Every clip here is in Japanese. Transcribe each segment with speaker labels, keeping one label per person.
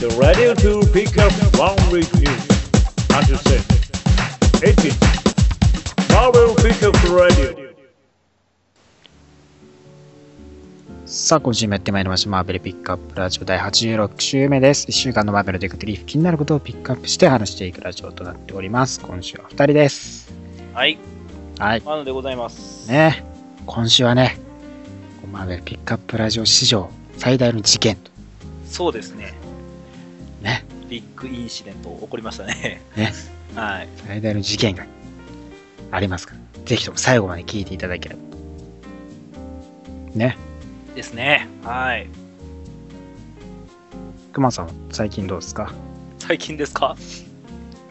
Speaker 1: The radio to pick up one with you. Until then, 18. Marvel Pickup Radio.
Speaker 2: さあ、今週もやってまいりました。マーベルピックアップラジオ第86週目です。1週間のマーベルでくくり、気になることをピックアップして話していくラジオとなっております。今週は2人です。
Speaker 3: はい、
Speaker 2: はい。
Speaker 3: マノでございます。
Speaker 2: ね今週はね、マーベルピックアップラジオ史上最大の事件と。
Speaker 3: そうですね。
Speaker 2: ね。
Speaker 3: ビッグインシデント起こりましたね。
Speaker 2: ね
Speaker 3: はい。
Speaker 2: 最大の事件がありますから。ぜひとも最後まで聞いていただければ。ね。
Speaker 3: ですね。はい。
Speaker 2: くまさんは最近どうですか
Speaker 3: 最近ですか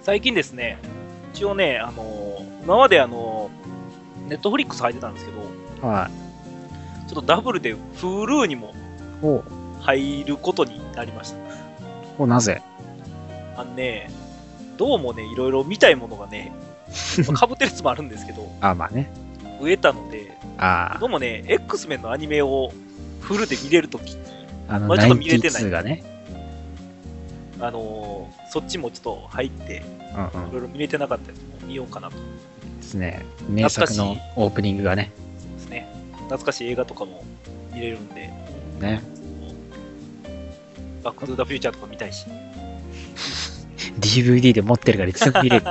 Speaker 3: 最近ですね、一応ね、あのー、今まであのー、ネットフリックス入ってたんですけど、ちょ
Speaker 2: はい。
Speaker 3: っとダブルで Hulu にも
Speaker 2: お
Speaker 3: 入ることになりまし
Speaker 2: お、なぜ
Speaker 3: た。あのね、どうもね、いろいろ見たいもの がね、かぶってるやつもあるんですけど、
Speaker 2: あ、まあね。
Speaker 3: 植えたので、
Speaker 2: あ
Speaker 3: どうもね、X メンのアニメを Hulu で見れるとき
Speaker 2: あ、あの、
Speaker 3: まあちょっと見れてない
Speaker 2: 92がね。
Speaker 3: あのーそっちもちょっと入って、
Speaker 2: うんうん
Speaker 3: い。ろいろ見れてなかったやつも見ようかなと思い
Speaker 2: ですね。名作のオープニングがね。
Speaker 3: ますね。懐かしい映画とかも見れるんで、
Speaker 2: ね。
Speaker 3: バックトゥーザフューチャーとか見 たいし。
Speaker 2: DVD で持ってるからいつでも見 れる。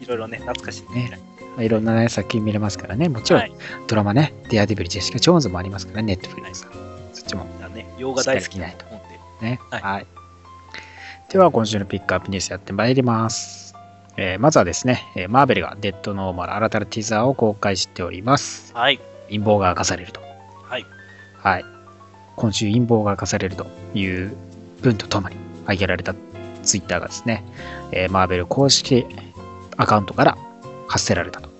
Speaker 3: いろいろね、懐かしい
Speaker 2: ねいろんな、ね、作品見れますからね。もちろん、
Speaker 3: はい
Speaker 2: ドラマね。デアデビル、ジェシカ・ジョーンズもありますからね。ネットフリックス。そっちも。
Speaker 3: だね、洋画大好きだと思うんで。
Speaker 2: ね。は。
Speaker 3: はいい
Speaker 2: では、今週のピックアップニュースやってまいります。えーまずはですね、えーマーベルがデッドノーマル新たなティザーを公開しております。
Speaker 3: はい、
Speaker 2: 陰謀が明かされると。
Speaker 3: はい、
Speaker 2: はい。今週陰謀が明かされるという文とともに挙げられたツイッターがですね、えーマーベル公式アカウントから発せられたと。
Speaker 3: ん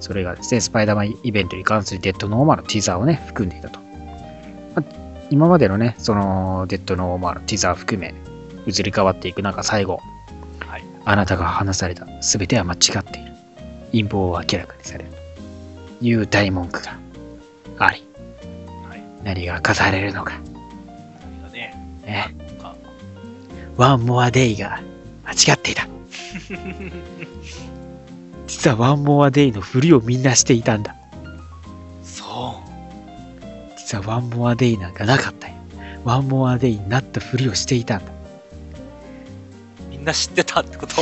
Speaker 2: それがですね、スパイダーマンイベントに関するデッドノーマルのティザーをね、含んでいたと。まあ今までのね、そのデッドノーマルのティザー含め、移り変わっていく中最後、
Speaker 3: はい
Speaker 2: あなたが話された全ては間違っている。陰謀を明らかにされる。という大文句があり、
Speaker 3: はい。
Speaker 2: 何が明かされるのか。
Speaker 3: 何がね、
Speaker 2: ね、
Speaker 3: なんか、
Speaker 2: ワンモアデイが間違って いた。実はワンモアデイのふりをみんなしていたんだ。
Speaker 3: そ
Speaker 2: 実はワンモアデイなんかなかったよ。ワンモアデイになったふりをしていたんだ。
Speaker 3: う、みんな知ってたってこと。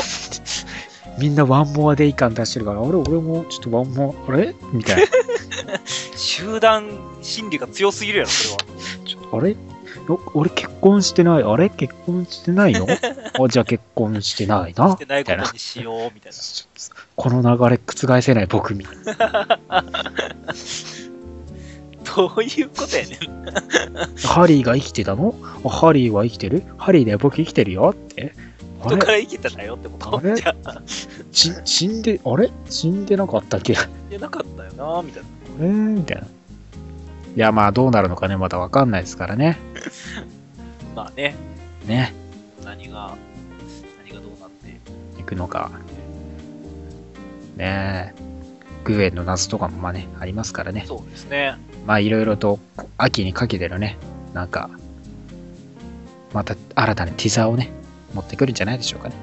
Speaker 2: みんなワンモアデイ感出してるから、あれ、俺もちょっとワンモア、あれみたいな。
Speaker 3: 集団心理が強すぎるやろ、それは。
Speaker 2: ちょあれお俺結婚してない。あれ結婚してないのあじゃあ結婚してないな。
Speaker 3: してないこ
Speaker 2: みたいな
Speaker 3: とにしよう、みたい
Speaker 2: この流れ覆せない僕みたいな。
Speaker 3: な。どういうことやねん。
Speaker 2: ハリーが生きてたのあハリーは生きてるハリーだよ、僕生きてるよって。あ
Speaker 3: 人
Speaker 2: れ
Speaker 3: から生きてたよってこ
Speaker 2: あ
Speaker 3: と
Speaker 2: れ
Speaker 3: じゃあ、
Speaker 2: ち死んで、あれ死んでなかったっけあ
Speaker 3: いや、なかったよな、みたいな。
Speaker 2: れみたいな。いや、まあどうなるのかね、まだわかんないですからね。
Speaker 3: まあね、
Speaker 2: ね。
Speaker 3: 何が、何がどうなって。
Speaker 2: 行くのか。ねえ。グエンの謎とかもまあね、ありますからね。
Speaker 3: そうですね。
Speaker 2: まあいろいろと秋にかけてのね、なんか、また新たにティザーをね、持ってくるんじゃないでしょうかね。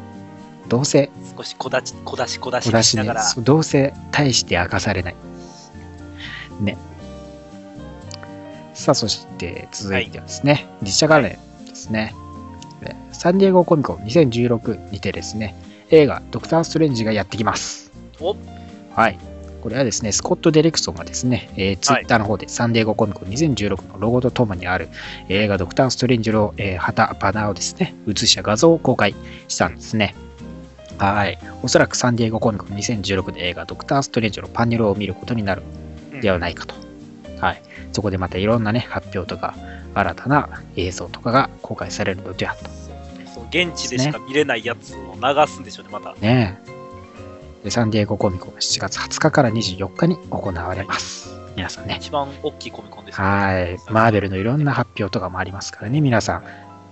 Speaker 2: どうせ、
Speaker 3: 少し小出し、小出し、小出
Speaker 2: 小出
Speaker 3: し
Speaker 2: し
Speaker 3: し
Speaker 2: ね
Speaker 3: ながら、
Speaker 2: そうどうせ大して明かされない。ね。さあ、そして続いてはですね、実写関連ですね。えーサンディエゴコミコン2016にてですね、映画ドクター・ストレンジがやってきます。
Speaker 3: お
Speaker 2: はい。これはですね、スコット・デレクソンがですね、えー、ツイッターの方で、サンデーゴコミコン2016のロゴとともにある映画ドクター・ストレンジの、えー旗、バナーをですね、写した画像を公開したんですね。はい。おそらくサンディエゴコミコン2016で映画ドクター・ストレンジのパネルを見ることになる
Speaker 3: うん
Speaker 2: ではないかと。はい。そこでまたいろんなね、発表とか、新たな映像とかが公開されるのではと。
Speaker 3: そう現地でしか見れないやつを流すんでしょうね、また。
Speaker 2: ねえ。でサンディエゴコミコンは7月20日から24日に行われます。皆さんね、
Speaker 3: 一番大きいコミコンですよね。
Speaker 2: はい。マーベルのいろんな発表とかもありますからね、皆さん。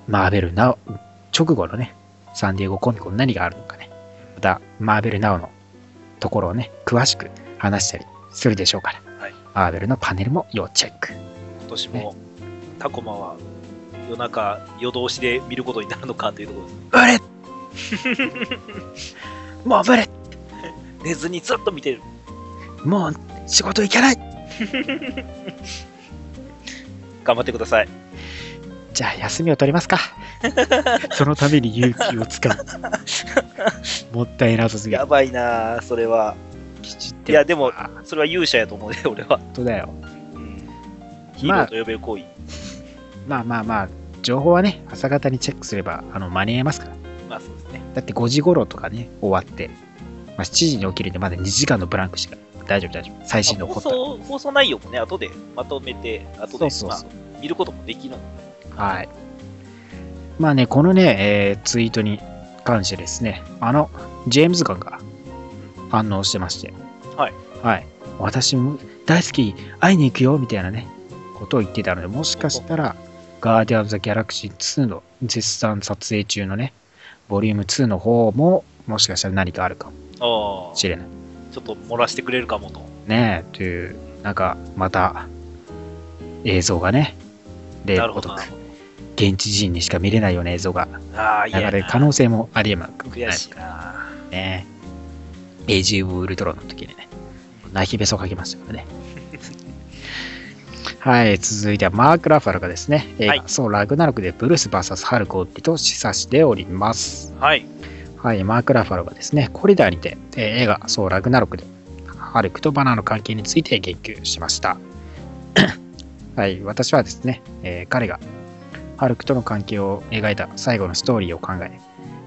Speaker 2: マーベルなお、直後のね、サンディエゴコミコン何があるのかね。また、マーベルなおのところをね、詳しく話したりするでしょうから。
Speaker 3: はい
Speaker 2: マーベルのパネルも要チェック。
Speaker 3: 今年もタコマは夜中、夜通しで見ることになるのかというところです。
Speaker 2: ブ レッもうブレッ
Speaker 3: 寝ずにずっと見てる。
Speaker 2: もう仕事行けない
Speaker 3: 頑張ってください。
Speaker 2: じゃあ休みを取り ますか。そのために勇気を使 う。もったいなさすぎる
Speaker 3: や。ばいなあそれは。
Speaker 2: きちって
Speaker 3: いや、でも
Speaker 2: あ、
Speaker 3: それは勇者やと思うね、 俺は。
Speaker 2: 本当だよ。
Speaker 3: うんヒーローと呼べる行為。
Speaker 2: まあまあまあ、情報はね、朝方にチェックすればあの間に合いますから。
Speaker 3: まあ、そうですね。
Speaker 2: だって5時頃とかね、終わって、まあ、7時に起きるんでまだ2時間のブランクしてから。大丈夫大丈夫。最新の
Speaker 3: まあ
Speaker 2: ホ
Speaker 3: 放
Speaker 2: ッ
Speaker 3: 送放送内容もね、後でまとめて、後
Speaker 2: そうそう
Speaker 3: で
Speaker 2: そう
Speaker 3: まあ、見ることもできるので
Speaker 2: ト。はい。まあね、このね、えーツイートに関してですね、あの、ジェームズガンが反応してまして、
Speaker 3: はい。
Speaker 2: はい。私も大好き、会いに行くよ、みたいなね、ことを言ってたので、もしかしたら、ガーディアンズ・ザ・ギャラクシー2の絶賛撮影中のね、ボリューム2の方も、もしかしたら何かあるかも
Speaker 3: ああ、
Speaker 2: し
Speaker 3: ち
Speaker 2: れない。
Speaker 3: ょっと漏らしてくれるかもと。
Speaker 2: ねえ、という、なんか、また、映像がね、例
Speaker 3: な
Speaker 2: の
Speaker 3: る
Speaker 2: ご
Speaker 3: ほ
Speaker 2: と
Speaker 3: ど
Speaker 2: く
Speaker 3: な。
Speaker 2: 現地人にしか見れないような映像が
Speaker 3: ああ、い
Speaker 2: 流れ
Speaker 3: や
Speaker 2: る可能性もありえまく
Speaker 3: 悔しいな。
Speaker 2: ね。エイジ・オブ・ウルトロンの時にね、泣きべそかけましたから ね。はい、続いてはマーク・ラファルがですね、映画、
Speaker 3: はい
Speaker 2: そう、ラグナロクでブルース VS ハルコッティと示唆しております。
Speaker 3: はい。
Speaker 2: はい、マーク・ラファロがですね、コリダーにて、えー映画、そう、ラグナロクで、ハルクとバナーの関係について言及しました。 はい、私はですね、えー彼がハルクとの関係を描いた最後のストーリーを考え、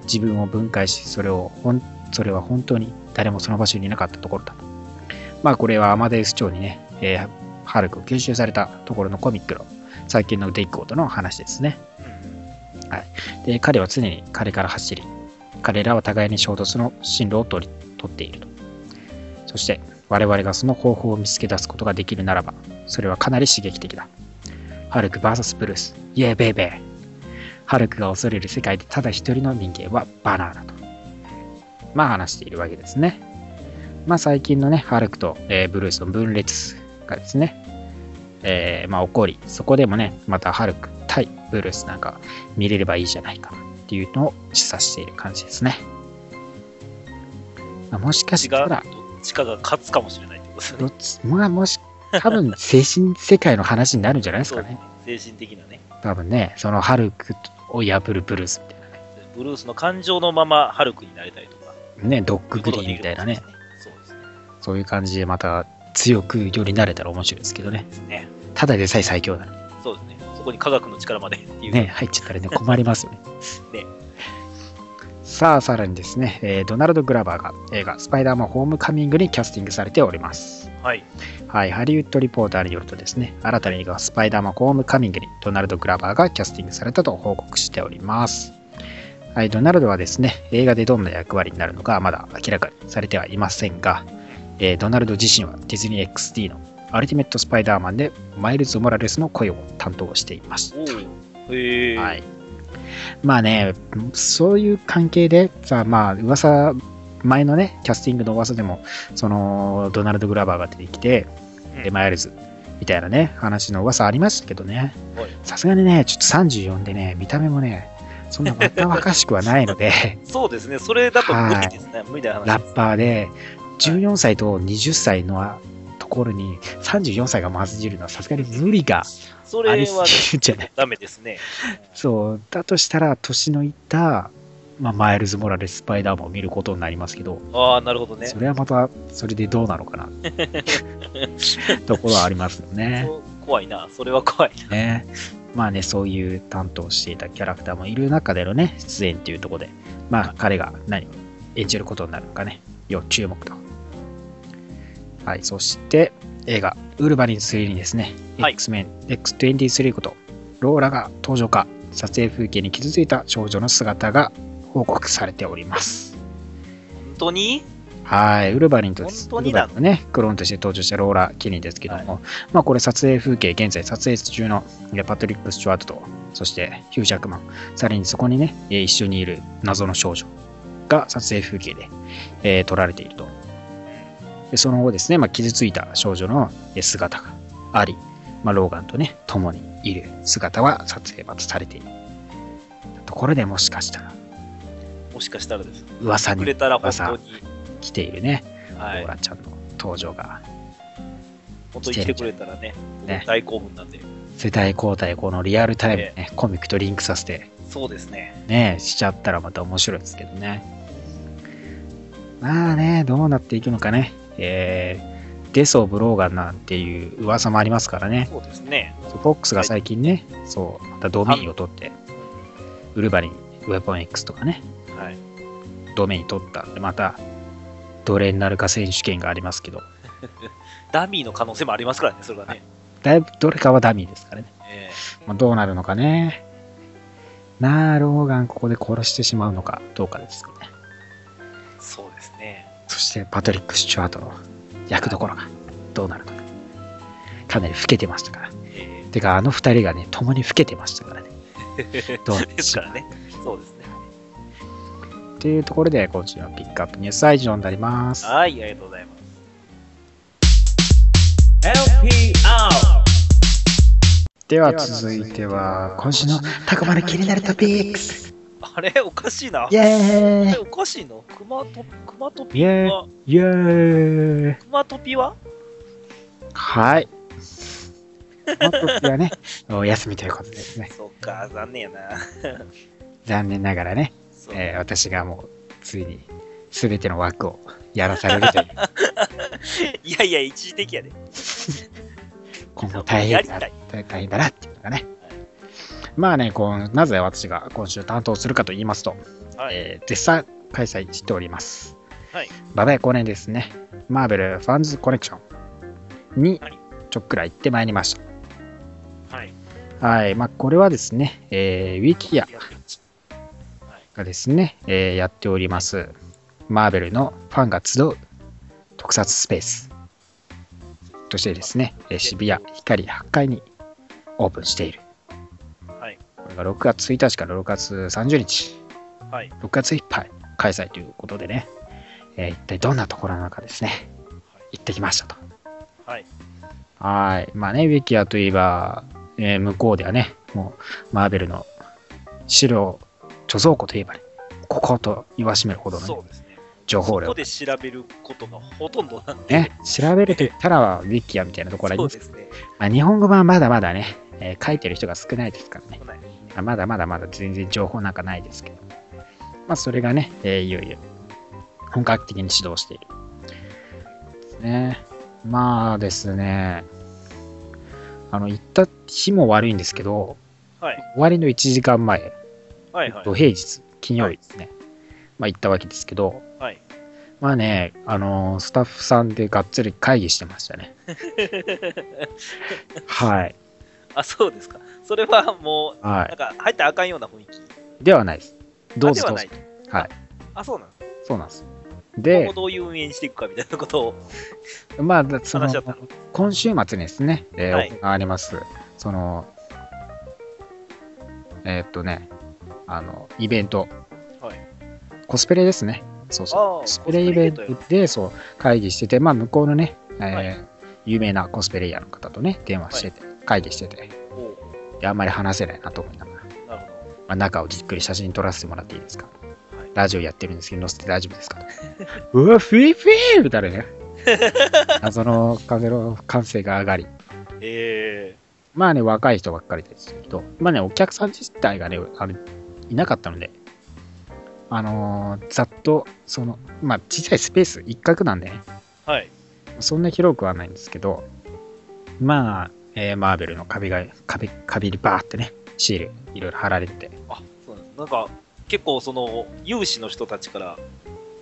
Speaker 2: 自分を分解し、それをほん、それは本当に誰もその場所にいなかったところだと。まあ、これはアマデウス町にね、えーハルクを吸収されたところのコミックの最近の出来事の話ですね。で彼は常に彼から走り彼らは互いに衝突の進路を取り取っているとそして我々がその方法を見つけ出すことができるならばそれはかなり刺激的だハルク VS ブルースイエーベイベーハルクが恐れる世界でただ一人の人間はバナーだとまあ話しているわけですねまあ最近のねハルクと、えーブルースの分裂がですねえーまあ、起こりそこでもねまたハルク対ブルースなんか見れればいいじゃないかなっていうのを示唆している感じですね。まあもしか
Speaker 3: どっち
Speaker 2: した
Speaker 3: が、
Speaker 2: ら、
Speaker 3: どっちかが勝つかもしれないってことですよ
Speaker 2: ど
Speaker 3: ね。
Speaker 2: っちまあ、もし、多 分精神世界の話になるんじゃないです
Speaker 3: そ
Speaker 2: か
Speaker 3: う
Speaker 2: ね。
Speaker 3: 精神的なね。
Speaker 2: 多分ね、そのハルクを破るブルースみたい
Speaker 3: ブルースの感情のままハルクになれたりとか。
Speaker 2: な、ね、ドッググリーンみたいなね、。
Speaker 3: そうですね。
Speaker 2: そういう感じでまた強くより慣れたら面白いですけどね。
Speaker 3: ですね。
Speaker 2: ただでさえ最強なの
Speaker 3: そうですね。そこに科学の力までって
Speaker 2: に
Speaker 3: いう。
Speaker 2: ね、入っちゃったらね、困りますよね。
Speaker 3: ね
Speaker 2: さあ、さらにですね、えードナルド・グラバーが映画、スパイダーマンホームカミングにキャスティングされております。
Speaker 3: はい。
Speaker 2: はい、ハリウッドリポーターによるとですね、新たに映画スパイダーマンホームカミングにドナルド・グラバーがキャスティングされたと報告しております。はい、ドナルドはですね、映画でどんな役割になるのかまだ明らかにされてはいませんが、えードナルド自身はディズニー XD のアルティメット・スパイダーマンでマイルズ・モラレスの声を担当しています。
Speaker 3: おお。へえ。
Speaker 2: はい。まあね、そういう関係で、さあまあ、噂、前のね、キャスティングの噂でも、その、ドナルド・グラバーが出てきて、
Speaker 3: うん
Speaker 2: で、マイルズ、みたいなね、話の噂ありましたけどね
Speaker 3: はい、
Speaker 2: さすがにね、ちょっと34でね、見た目もね、そんな若々しくはないの で、
Speaker 3: そうですね。それだと無理ですね。無理な
Speaker 2: ラ
Speaker 3: 話。
Speaker 2: ッパーで、14歳と20歳のところに、34歳が混じるのはさすがに無理が
Speaker 3: そ
Speaker 2: あ
Speaker 3: れ
Speaker 2: り
Speaker 3: は
Speaker 2: すぎるんじゃない
Speaker 3: ダメですね。
Speaker 2: そう、だとしたら、年のいった、まあ、マイルズ・モラレス・スパイダーマンを見ることになりますけど、
Speaker 3: ああ、なるほどね。
Speaker 2: それはまた、それでどうなのかな、ところはありますよね。
Speaker 3: そう怖いな。それは怖いな。
Speaker 2: ねまあね、そういう担当していたキャラクターもいる中でのね、出演というところで、まあ、彼が何を演じることになるのかね、要注目と。はい、そして、映画、ウルヴァリン3にですね、
Speaker 3: はい
Speaker 2: X-Men X23 こと、ローラが登場か、撮影風景に傷ついた少女の姿が報告されております。
Speaker 3: 本当に
Speaker 2: はい、ウルヴァリンとです。
Speaker 3: 本当にな
Speaker 2: ウルヴァリンのね、クローンとして登場したローラ・キリンですけども、まあこれ撮影風景、現在撮影中のえパトリック・スチュワートと、そしてヒュー・ジャックマン、さらにそこにね、えー一緒にいる謎の少女が撮影風景で、えー撮られていると。でその後ですね、まあ、傷ついた少女のえー姿があり、まあ、ローガンとね、共にいる姿は撮影まずされている。ところでもしかしたら
Speaker 3: もしかしたらです。
Speaker 2: 噂
Speaker 3: く
Speaker 2: に
Speaker 3: れたら本当に、
Speaker 2: 来ているね、
Speaker 3: はい
Speaker 2: オー。ラちゃんの登場が
Speaker 3: 本当に来てくれたらね、
Speaker 2: ね
Speaker 3: 大興奮なんで。
Speaker 2: 世代交代このリアルタイム、ねコミックとリンクさせて
Speaker 3: そうですね。
Speaker 2: ねしちゃったらまた面白いですけどねまあねどうなっていくのかねえーデソ・ブローガンなんていう噂もありますからね
Speaker 3: そうですね。
Speaker 2: フォックスが最近ね、そうまたドメインを取ってウルバリンウェポン X とかね
Speaker 3: はい。
Speaker 2: ドメイン取ったんでまた奴隷になるか選手権がありますけど
Speaker 3: ダミーの可能性もありますからね、それがね。
Speaker 2: だいぶどれかはダミーですからね
Speaker 3: え
Speaker 2: まあ、どうなるのかね。なあ、ローガンここで殺してしまうのかどうかですよね。
Speaker 3: えそうですね。
Speaker 2: そしてパトリック・スチュワートの役どころがどうなるのか。かなり老けてましたから。
Speaker 3: え
Speaker 2: てか、あの二人がね、共に老けてました からね。
Speaker 3: え
Speaker 2: どうなる
Speaker 3: ですからね。そうですね。
Speaker 2: っていうところで、今週のピックアップニュースは以上になります。
Speaker 3: はい、ありがとうございます。
Speaker 1: LPR
Speaker 2: では続いては、今週のたくまの気になるトピックス。
Speaker 3: あれおかしいな。
Speaker 2: イェー
Speaker 3: あ
Speaker 2: イ
Speaker 3: れおかしいの熊と、熊と
Speaker 2: イ
Speaker 3: ぴ
Speaker 2: エ
Speaker 3: は、
Speaker 2: イイェーイ
Speaker 3: 熊とぴは
Speaker 2: はい。まあ、僕はね、 お休みということでですね。
Speaker 3: そっか、残念やな。
Speaker 2: 残念ながらね、
Speaker 3: そう
Speaker 2: えー私がもうついに全ての枠をやらされるという
Speaker 3: いやいや、一時的やで。
Speaker 2: 今後大変だ
Speaker 3: や
Speaker 2: な
Speaker 3: り
Speaker 2: 大変だなっていうのがねまあねこうなぜ私が今週担当するかと言いますと、
Speaker 3: はい。
Speaker 2: えー絶賛開催しております、
Speaker 3: はい、
Speaker 2: バダイコネですねマーベルファンズコネクションに
Speaker 3: はい
Speaker 2: ちょっくら行ってまいりました
Speaker 3: はい。
Speaker 2: はいまあこれはですね、えーウィキアがですね、えーやっておりますマーベルのファンが集う特撮スペースとしてですね、えー渋谷光8階にオープンしている
Speaker 3: はい。
Speaker 2: これが6月1日から6月30日
Speaker 3: はい。
Speaker 2: 6月いっぱい開催ということでね、えー一体どんなところなのかですね行ってきましたと
Speaker 3: はい。
Speaker 2: はいまあねウィキアといえば、えー向こうではねもうマーベルの資料貯蔵庫といえばねここと言わしめるほどのね、
Speaker 3: そうですね。
Speaker 2: 情
Speaker 3: こ
Speaker 2: 報量
Speaker 3: こで調べることがほとんどなんで。
Speaker 2: ね、調べると言ったらウィキアみたいなところあり
Speaker 3: そう
Speaker 2: ます
Speaker 3: ですね。
Speaker 2: まあ、日本語版はまだまだね、えー書いてる人が少ないですからね
Speaker 3: 来。ない
Speaker 2: あまだまだまだ全然情報なんかないですけど。まあ、それがね、えーいよいよ本格的に指導している。ですね。まあですね、あの、行った日も悪いんですけど、
Speaker 3: はい。
Speaker 2: 終わりの1時間前、
Speaker 3: はいはい
Speaker 2: 土。平日、金曜日ですね。まあ、行ったわけですけど、
Speaker 3: はい。
Speaker 2: まあね、あのースタッフさんでがっつり会議してました ね。はい。
Speaker 3: あ、そうですか。それはもう、
Speaker 2: は
Speaker 3: なんか入ったらあかんような雰囲気。
Speaker 2: い。ではないです。どうぞ
Speaker 3: あ
Speaker 2: ど
Speaker 3: で
Speaker 2: う
Speaker 3: はな
Speaker 2: ぞ
Speaker 3: い。。
Speaker 2: はい。
Speaker 3: あ、そうなの
Speaker 2: そうなんです。
Speaker 3: 今後
Speaker 2: で、
Speaker 3: どういう運営にしていくかみたいなことを
Speaker 2: まあ、その
Speaker 3: 話し合ったの。
Speaker 2: 今週末にですね、えー
Speaker 3: はい
Speaker 2: 行われます、その、えーっとね、あの、イベント、
Speaker 3: はい。
Speaker 2: コスプレですね。そうそう。
Speaker 3: ああ
Speaker 2: コスプレイベントで、そう、会議してて、まあ、向こうのね、えー
Speaker 3: はい
Speaker 2: 有名なコスプレイヤーの方とね、電話してて、会議してて、
Speaker 3: おう
Speaker 2: であんまり話せないなと思いながら。
Speaker 3: なるほ
Speaker 2: まあ、中をじっくり写真撮らせてもらっていいですか、
Speaker 3: はい
Speaker 2: ラジオやってるんですけど、載せて大丈夫ですか うわ、フィーフィーみたいな ね。謎の風の歓声が上がり。
Speaker 3: ど。え
Speaker 2: まあね、若い人ばっかりですけど、まあね、お客さん自体がね、あのいなかったので、あのーざっと、その、まあ、小さいスペース一角なんでね、
Speaker 3: えはい。
Speaker 2: そんな広くはないんですけど、まあ、えーマーベルの壁が、壁、壁にバーってね、シール、いろいろ貼られてて、
Speaker 3: あ、そうなんです。なんか、結構その、有志の人たちから、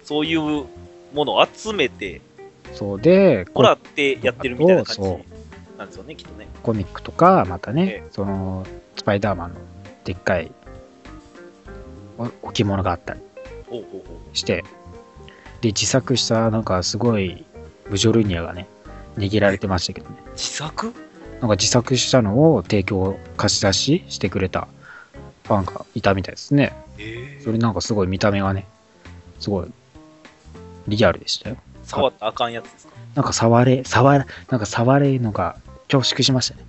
Speaker 3: そういうものを集めて、
Speaker 2: そうで、
Speaker 3: もらってやってるみたいな感
Speaker 2: そう
Speaker 3: じなんですよね、きっとね。
Speaker 2: コミックとか、またね
Speaker 3: え、
Speaker 2: その、スパイダーマンのでっかいお置物があったり
Speaker 3: おうおうおう
Speaker 2: して、で、自作した、なんかすごい、ブジョルニアがね、握られてましたけどね。
Speaker 3: 自作
Speaker 2: なんか自作したのを提供、貸し出ししてくれたファンがいたみたいですね。
Speaker 3: え
Speaker 2: それなんかすごい見た目がね、すごい、リアルでしたよ。
Speaker 3: 触ったらあかんやつですか
Speaker 2: なんか触れ、触れ、なんか触れのが恐縮しましたね。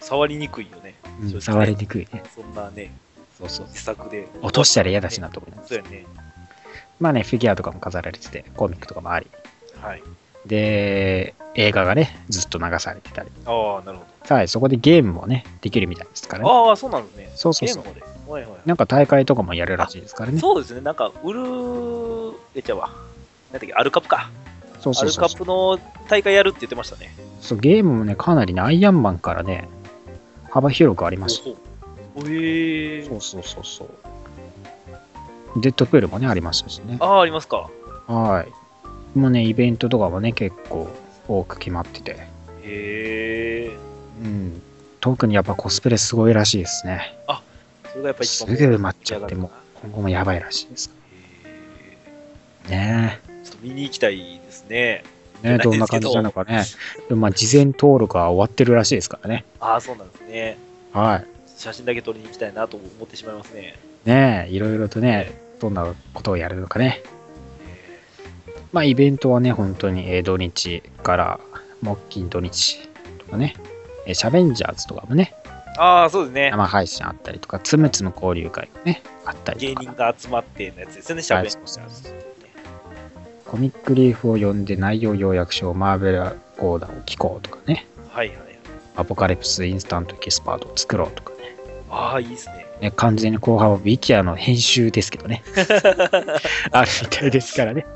Speaker 3: 触りにくいよね。
Speaker 2: うん
Speaker 3: そうですね
Speaker 2: 触りにくいね。
Speaker 3: そんなね、
Speaker 2: そうそう。
Speaker 3: 自作で。
Speaker 2: 落としたら嫌だしなと思います。
Speaker 3: そうやね。
Speaker 2: まあね、フィギュアとかも飾られてて、コミックとかもあり。
Speaker 3: はい。
Speaker 2: で、映画がね、ずっと流されてたり。
Speaker 3: ああ、なるほ
Speaker 2: さらにそこでゲームもね、できるみたいですからね。
Speaker 3: ど。ああ、そうなんですね。
Speaker 2: そうそうそう
Speaker 3: ゲームまで。はいはい
Speaker 2: なんか大会とかもやるらしいですからね。
Speaker 3: そうですね、なんか、売る、えちゃうわ。なんだっけ、アルカップか。
Speaker 2: そう
Speaker 3: ア
Speaker 2: そう
Speaker 3: ル
Speaker 2: そ
Speaker 3: カ
Speaker 2: う
Speaker 3: ップの大会やるって言ってましたね。
Speaker 2: そう。ゲームもね、かなりね、アイアンマンからね、幅広くありました。
Speaker 3: ほうほうへえ
Speaker 2: そうそうそうそう。デッドプールもね、ありましたしね。
Speaker 3: ああ、ありますか。
Speaker 2: はい。もうね、イベントとかもね、結構多く決まってて。
Speaker 3: へえ。
Speaker 2: うん。特にやっぱコスプレすごいらしいですね。
Speaker 3: それがやっぱ一
Speaker 2: す
Speaker 3: 番。
Speaker 2: ぐ
Speaker 3: へ
Speaker 2: 埋まっちゃって、もう今後もやばいらしいです。ね
Speaker 3: えちょっと見に行きたいですね。
Speaker 2: え。ねえ、どんな感じなのかね。でもまあ、事前登録は終わってるらしいですからね。
Speaker 3: ああ、そうなんですね。
Speaker 2: はい。
Speaker 3: 写真だけ撮りに行きたいなと思ってしまいますね。
Speaker 2: ねえ、いろいろとね、どんなことをやるのかね。まあ、イベントはね、本当に、えー土日から、木金土日とかね、えーシャベンジャーズとかもね、
Speaker 3: ああ、そうですね。
Speaker 2: 生配信あったりとか、つむつむ交流会がね、あったり
Speaker 3: 芸
Speaker 2: とか
Speaker 3: 人、が集まってのやつですよね、しゃべる
Speaker 2: はいそうそうコミックリーフを読んで内容要約書をマーベルコーダーを聞こうとかね、
Speaker 3: はいはい。
Speaker 2: アポカリプスインスタントエキスパートを作ろうとかね、
Speaker 3: ああ、いいですね。
Speaker 2: ね完全に後半は Wikia の編集ですけど ね、あるみたいですからね。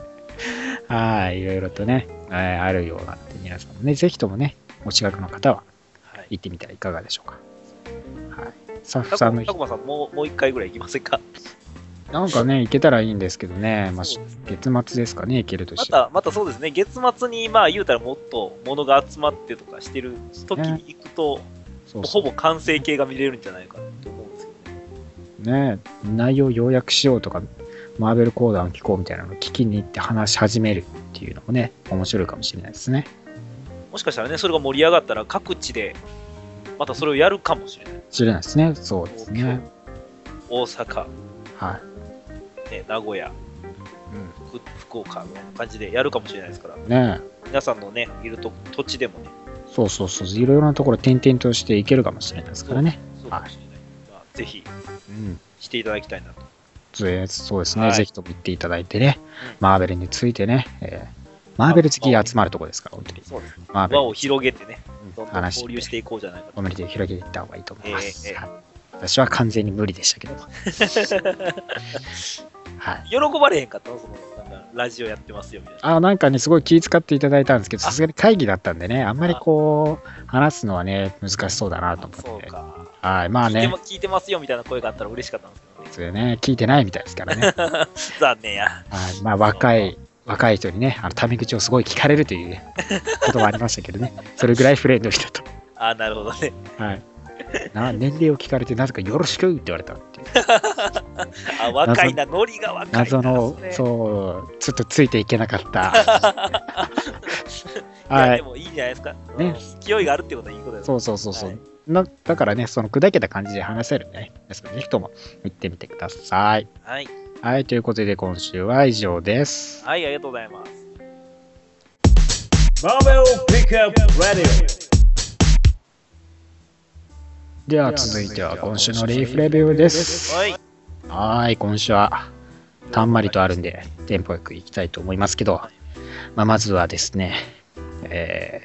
Speaker 2: はい、いろいろとね、えーあるようなんで、皆さんもね、ぜひともね、お近くの方は
Speaker 3: はい。
Speaker 2: 行ってみてはいかがでしょうか。はい、スタッフさ
Speaker 3: た
Speaker 2: んの
Speaker 3: こまさん、もうもう一回ぐらい行きませんか
Speaker 2: なんかね、行けたらいいんですけどね、まあ、
Speaker 3: そうです
Speaker 2: 月末ですかね、行けると
Speaker 3: ま
Speaker 2: したら。
Speaker 3: た、またそうですね、月末に、まあ、言うたらもっと物が集まってとかしてる時に行くと、
Speaker 2: そう
Speaker 3: もう
Speaker 2: そ
Speaker 3: ほ
Speaker 2: う
Speaker 3: ぼ完成形が見れるんじゃないかと思うんですけどね。
Speaker 2: ね、内容要約しようとか、マーベル講談を聞こうみたいなのを聞きに行って話し始めるっていうのもね、面白いかもしれないですね。
Speaker 3: もしかしたらね、それが盛り上がったら各地で、またそれをやるかもしれない。
Speaker 2: 知れないですね。そうです
Speaker 3: 東
Speaker 2: ね
Speaker 3: 京。、大阪、
Speaker 2: はい。
Speaker 3: ね、名古屋、
Speaker 2: う
Speaker 3: ふ福岡みたいな感じでやるかもしれないですから、
Speaker 2: ん、ね
Speaker 3: 皆さんのね、いると土地でもね、
Speaker 2: そうそうそう、いろいろなところ転々としていけるかもしれないですからね。
Speaker 3: そうかもしれない。まあ、ぜひ
Speaker 2: うん
Speaker 3: していただきたいなと。
Speaker 2: ぜそうですね、
Speaker 3: はい
Speaker 2: ぜひとも行っていただいてね、
Speaker 3: うん
Speaker 2: マーベルについてね、えーマーベル好きが集まるところですから、本当に。
Speaker 3: そうですね。
Speaker 2: マーベ
Speaker 3: 輪
Speaker 2: ル
Speaker 3: を広げてね、ど
Speaker 2: うん
Speaker 3: んどん
Speaker 2: 話し、
Speaker 3: 交流してていこうじゃないかと
Speaker 2: コ。ミュニティを広げていった方がいいと思います。
Speaker 3: ええええ
Speaker 2: はい私は完全に無理でしたけども。 はい、
Speaker 3: 喜ばれへんかったのそのなんかラジオやってますよみたいな。
Speaker 2: あなんかね、すごい気遣っていただいたんですけど、さすがに会議だったんでね、あんまりこう、話すのはね、難しそうだなと
Speaker 3: そ
Speaker 2: 思っ
Speaker 3: う
Speaker 2: て。
Speaker 3: か、
Speaker 2: はい、まあ
Speaker 3: 聞いて
Speaker 2: ね
Speaker 3: ま、聞いてますよみたいな声があったら嬉しかったんですけどね。
Speaker 2: それね、聞いてないみたいですからね。
Speaker 3: 残念や。
Speaker 2: はい、まあ若い、若い人にね、あのタメ口をすごい聞かれるというねことはありましたけどね、 それぐらいフレンドリーだと。
Speaker 3: あーなるほどね。
Speaker 2: はい、な年齢を聞かれて、なぜかよろしくって言われたっていう、
Speaker 3: あ若いな、ノリが若いな。
Speaker 2: 謎の
Speaker 3: そ、れ
Speaker 2: そう、ちょっとついていけなかった。
Speaker 3: いや
Speaker 2: は
Speaker 3: で
Speaker 2: い、
Speaker 3: もいいじゃないですか。
Speaker 2: ね
Speaker 3: うん勢いがあるってことはいいことです。
Speaker 2: そうそうそうそう。
Speaker 3: はい
Speaker 2: なだからね、その砕けた感じで話せるんでね、ですからぜひとも行ってみてください。
Speaker 3: はい。
Speaker 2: はい、ということで今週は以上です。
Speaker 3: はい、ありがとうございます。
Speaker 1: Marvel Pickup Radio.
Speaker 2: では続いては今週のリーフレビューです。
Speaker 3: はい。
Speaker 2: はい、今週はたんまりとあるんで、テンポよくいきたいと思いますけど、まあ、まずはですね、え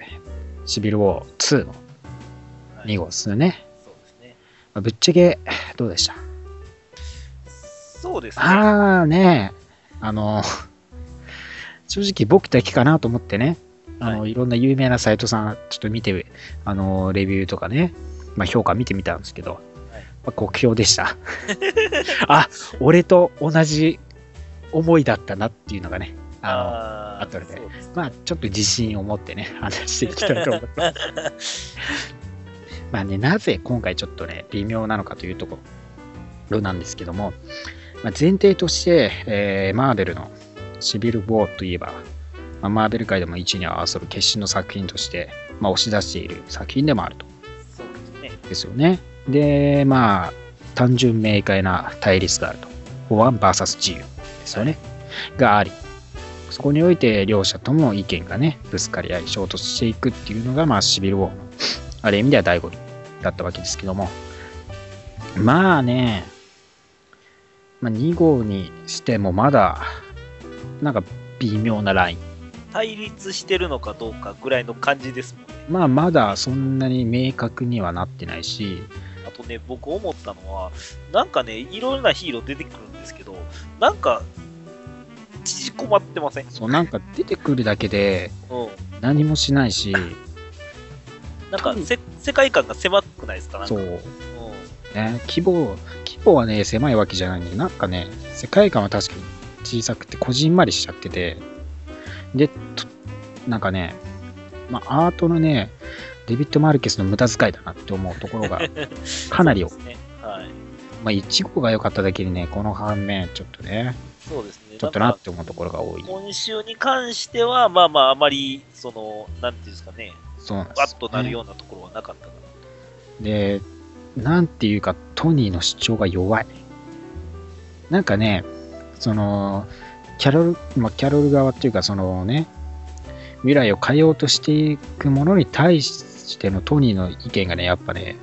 Speaker 2: ー、シビルウォー2の2号ですよね。
Speaker 3: そうですね。
Speaker 2: まあぶっちゃけ、どうでした
Speaker 3: そうですね。
Speaker 2: あーね、あの、 正直僕だけかなと思ってね、あの、、
Speaker 3: はい
Speaker 2: ろんな有名なサイトさん、ちょっと見て、あの、レビューとかね、まあ、評価見てみたんですけど、まあ、酷評でした。 あ、俺と同じ思いだったなっていうのがね、あの、
Speaker 3: あー
Speaker 2: 後で
Speaker 3: そうです
Speaker 2: まあちょっと自信を持ってね、話していきたいと思います。まあね、なぜ今回ちょっとね、微妙なのかというところなんですけども、まあ、前提として、えーマーベルのシビル・ウォーといえば、まあマーベル界でも一に争う決心の作品として、まあ、押し出している作品でもあると。
Speaker 3: そうですね。
Speaker 2: ですよね。で、まあ、単純明快な対立があると。ワン VS 自由ですよね。があり、そこにおいて両者とも意見がね、ぶつかり合い、衝突していくっていうのが、まあ、シビルウォーの、ある意味では醍醐味だったわけですけども、まあね、まあ、2号にしてもまだ、なんか微妙なライン。
Speaker 3: 対立してるのかどうかぐらいの感じですもんね。
Speaker 2: まあまだそんなに明確にはなってないし、
Speaker 3: あとね、僕思ったのは、なんかね、いろんなヒーロー出てくるんですけど、なんか、縮こまってません
Speaker 2: そうなんか出てくるだけで
Speaker 3: うん。
Speaker 2: 何もしない し、
Speaker 3: なんかせ、世界観が狭くないですかなんか
Speaker 2: そうう、
Speaker 3: ん。
Speaker 2: ね、規模、規模はね、狭いわけじゃないんで、なんかね、世界観は確かに小さくて、こじんまりしちゃってて、で、となんかね、まあ、アートのね、デビッド・マルケスの無駄遣いだなって思うところ がかなりを
Speaker 3: そう、ですね。はい。
Speaker 2: まあ、1号が良かっただけにね、この反面、ちょっとね、
Speaker 3: そうですね。
Speaker 2: ちょっとな
Speaker 3: なん
Speaker 2: って思うところが多い
Speaker 3: か。今週に関しては、まあまあ、あまり、その、なんていうんですかね、
Speaker 2: そうなんですよ
Speaker 3: わ
Speaker 2: ね
Speaker 3: っとなるようなところはなかったかな。
Speaker 2: で、なんていうか、トニーの主張が弱い。なんかね、その、キャロル、まあ、キャロル側っていうか、そのね、未来を変えようとしていくものに対してのトニーの意見がね、やっぱね、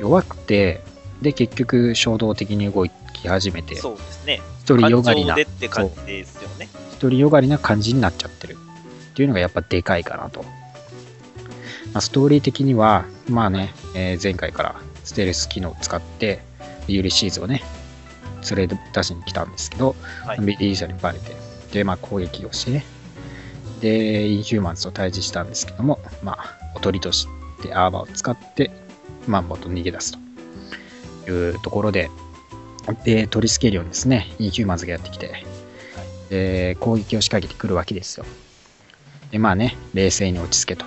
Speaker 2: 弱くて、で、結局、衝動的に動き始めて、
Speaker 3: そうですね。
Speaker 2: 一人よがり
Speaker 3: 感情
Speaker 2: な、
Speaker 3: でって感じですよね。
Speaker 2: 独りよがりな感じになっちゃってるっていうのがやっぱでかいかなと。まあ、ストーリー的には、まあね、えー前回からステルス機能を使って、ユリシーズをね、連れ出しに来たんですけど、
Speaker 3: はい
Speaker 2: ビリーシャにバレて、で、まあ攻撃をしてね、で、インヒューマンズと対峙したんですけども、まあ、おとりとしてアーバーを使って、マンボウと逃げ出すというところで、で、トリスケリオンですね、インヒューマンズがやってきて、で攻撃を仕掛けてくるわけですよ。で、まあね、冷静に落ち着けと。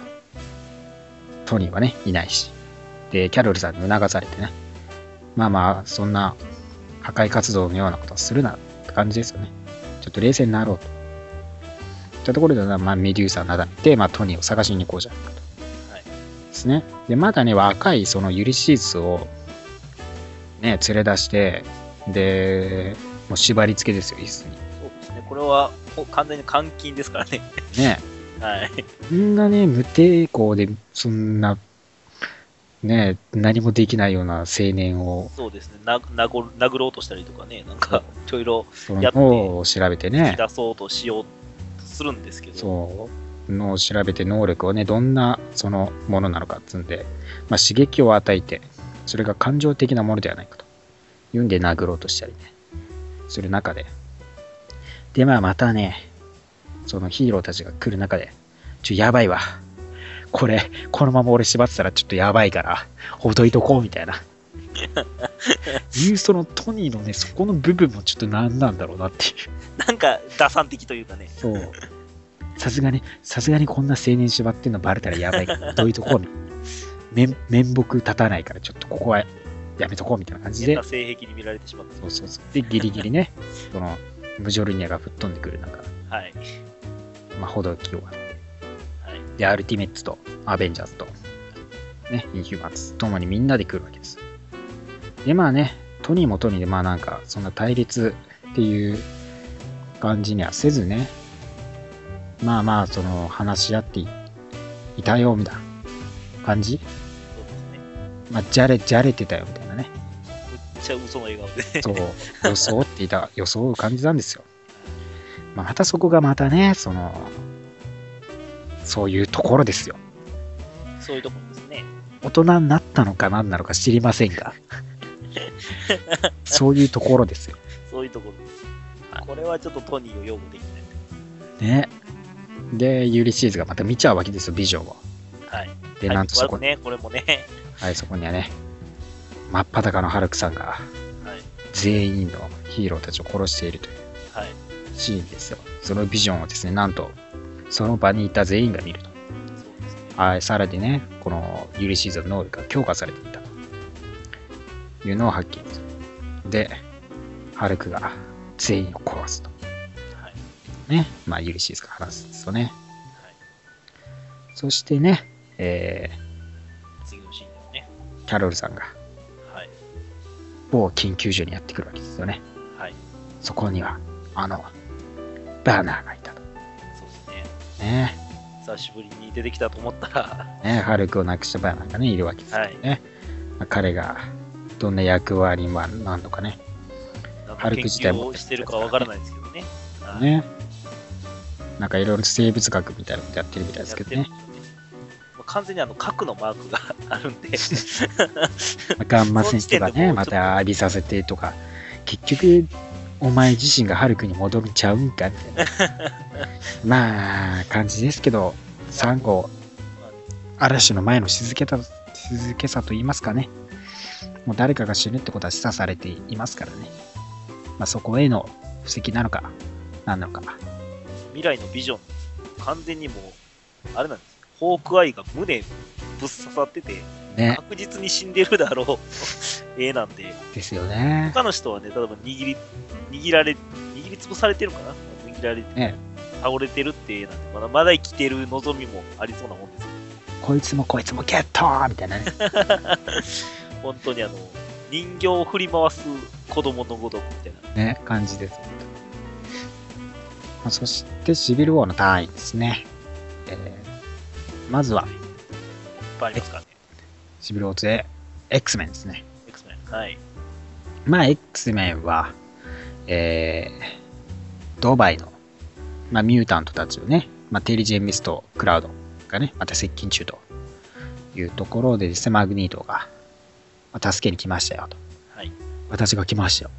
Speaker 2: トニーはね、いないし。で、キャロルさんに促されてね、まあまあ、そんな破壊活動のようなことをするなって感じですよね。ちょっと冷静になろうと。ったところで、まあ、メデューサーなだめて、まあ、トニーを探しに行こうじゃないかと。
Speaker 3: はい
Speaker 2: ですね。で、まだね、若いそのユリシーズを、ね、連れ出して、で、もう縛り付けですよ、椅子に。
Speaker 3: そうですね。これは、ほ完全に監禁ですからね。
Speaker 2: ね。
Speaker 3: はい。
Speaker 2: そんなね、無抵抗で、そんな、ね、何もできないような青年を、
Speaker 3: そうですね。な殴る殴ろうとしたりとかね、なんか、ちょいろ
Speaker 2: その
Speaker 3: やって
Speaker 2: 脳を調べて
Speaker 3: 引き
Speaker 2: ね、
Speaker 3: 出そうとしようとするんですけど、
Speaker 2: そう、脳を調べて能力をね、どんなそのものなのかっつうんで、まあ、刺激を与えて、それが感情的なものではないかと。いうんで殴ろうとしたりね、する中で。で、まあまたね、そのヒーローたちが来る中で、ちょ、やばいわ。これ、このまま俺縛ってたらちょっとやばいから、ほどいとこうみたい な。いうそのトニーのね、そこの部分もちょっと何なんだろうなっていう。
Speaker 3: なんか、打算的というかね、
Speaker 2: そう。さすがに、さすがにこんな青年縛ってんのバレたらやばいから、どういうとこみ面面目立たないから、ちょっとここはやめとこうみたいな感じで
Speaker 3: 変な、性癖に見られてしまっ
Speaker 2: そうそうそう。で、ギリギリね、この、ムジョルニアが吹っ飛んでくる中、
Speaker 3: た。はい。
Speaker 2: まあ、ほどきを割って
Speaker 3: はい。
Speaker 2: で、アルティメッツとアベンジャーズと、ね、インヒューマンズ、ともにみんなで来るわけです。で、まあね、トニーもトニーで、まあなんか、そんな対立っていう感じにはせずね、まあまあ、その、話し合っていいたよ、みたいな感じ。
Speaker 3: そうですね。
Speaker 2: まあ、じゃれ、じゃれてたよ、みたいなね。
Speaker 3: むっちゃ嘘の笑顔で。
Speaker 2: そう、装っていた、装う感じなんですよ。まあ、またそこがまたね、その、そういうところですよ。
Speaker 3: そういうところですね。
Speaker 2: 大人になったのか何なのか知りません が、そういうところですよ。
Speaker 3: そういうところです。これはちょっとトニーを擁護できない。
Speaker 2: ね。で、ユリシーズがまた見ちゃうわけですよ、ビジョンを。
Speaker 3: はい。
Speaker 2: で、
Speaker 3: はい
Speaker 2: なんとそこ,、
Speaker 3: ね、これもね。
Speaker 2: はい、そこにはね、真っ裸のハルクさんが
Speaker 3: はい。
Speaker 2: 全員のヒーローたちを殺しているという
Speaker 3: はい。
Speaker 2: シーンですよ。そのビジョンをですね、なんと、その場にいた全員が見ると。
Speaker 3: そうですね。
Speaker 2: はい、さらにね、このユリシーズの能力が強化されていたというのを発見する。で、ハルクが全員を壊すと。
Speaker 3: はい。
Speaker 2: ね、まあ、ユリシーズが話すんですよね。そしてね、え
Speaker 3: 次のシーンですね。
Speaker 2: ー、キャロルさんが
Speaker 3: はい。
Speaker 2: 某研究所にやってくるわけですよね。
Speaker 3: はい。
Speaker 2: そこには、あの、バーナーがいたと。
Speaker 3: そうですね。
Speaker 2: ね、
Speaker 3: 久しぶりに出てきたと思ったら、
Speaker 2: ねハルクを亡くしたバーナーがね、いるわけですよね。
Speaker 3: はい。
Speaker 2: まあ彼がどんな役割はなんのかね。
Speaker 3: なん
Speaker 2: ハ
Speaker 3: か
Speaker 2: ルク
Speaker 3: 研
Speaker 2: 自体
Speaker 3: 究
Speaker 2: も
Speaker 3: をしてるかわからないですけどね。はい
Speaker 2: ね。なんかいろいろ生物学みたいなことやってるみたいですけど
Speaker 3: やっ
Speaker 2: ね
Speaker 3: て。るんですよねまあ完全にあの核のマークがある んで、
Speaker 2: まあガンマ戦とか
Speaker 3: その時点でも
Speaker 2: ね、
Speaker 3: う
Speaker 2: また浴びさせてとか、結局、お前自身がハルクに戻るんちゃうんかみたいな。まあ、感じですけど、サンゴ、嵐の前の静けた静けさと言いますかね。もう誰かが死ぬってことは示唆されていますからね。まあ、そこへの布石なのか、何なのか。
Speaker 3: 未来のビジョン、完全にもう、あれなんですよ。ホークアイが胸ぶっ刺さってて、
Speaker 2: ね。
Speaker 3: 確実に死んでるだろう 絵なんで、
Speaker 2: ですよね。
Speaker 3: 他の人はね、例えば握り、握られ、握りつぶされてるのかな握られて、
Speaker 2: ね
Speaker 3: 倒れてるって絵なんで、まだまだ生きてる望みもありそうなもんですよ
Speaker 2: こいつもこいつもゲットーみたいなね。
Speaker 3: 本当にあの、人形を振り回す子供のごとくみたいな。
Speaker 2: ね、感じです。まあそして、シビル王の単位ですね。えーまずは、
Speaker 3: いっぱいありますからね。
Speaker 2: シビル王2、X メンですね。
Speaker 3: X メン。はい。
Speaker 2: まあ、X メンは、えードバイの、まあ、ミュータントたちをね、まあ、テリジェンミスト、クラウドがね、また接近中というところでですね、マグニートが、まあ助けに来ましたよと。
Speaker 3: はい。
Speaker 2: 私が来ましたよ。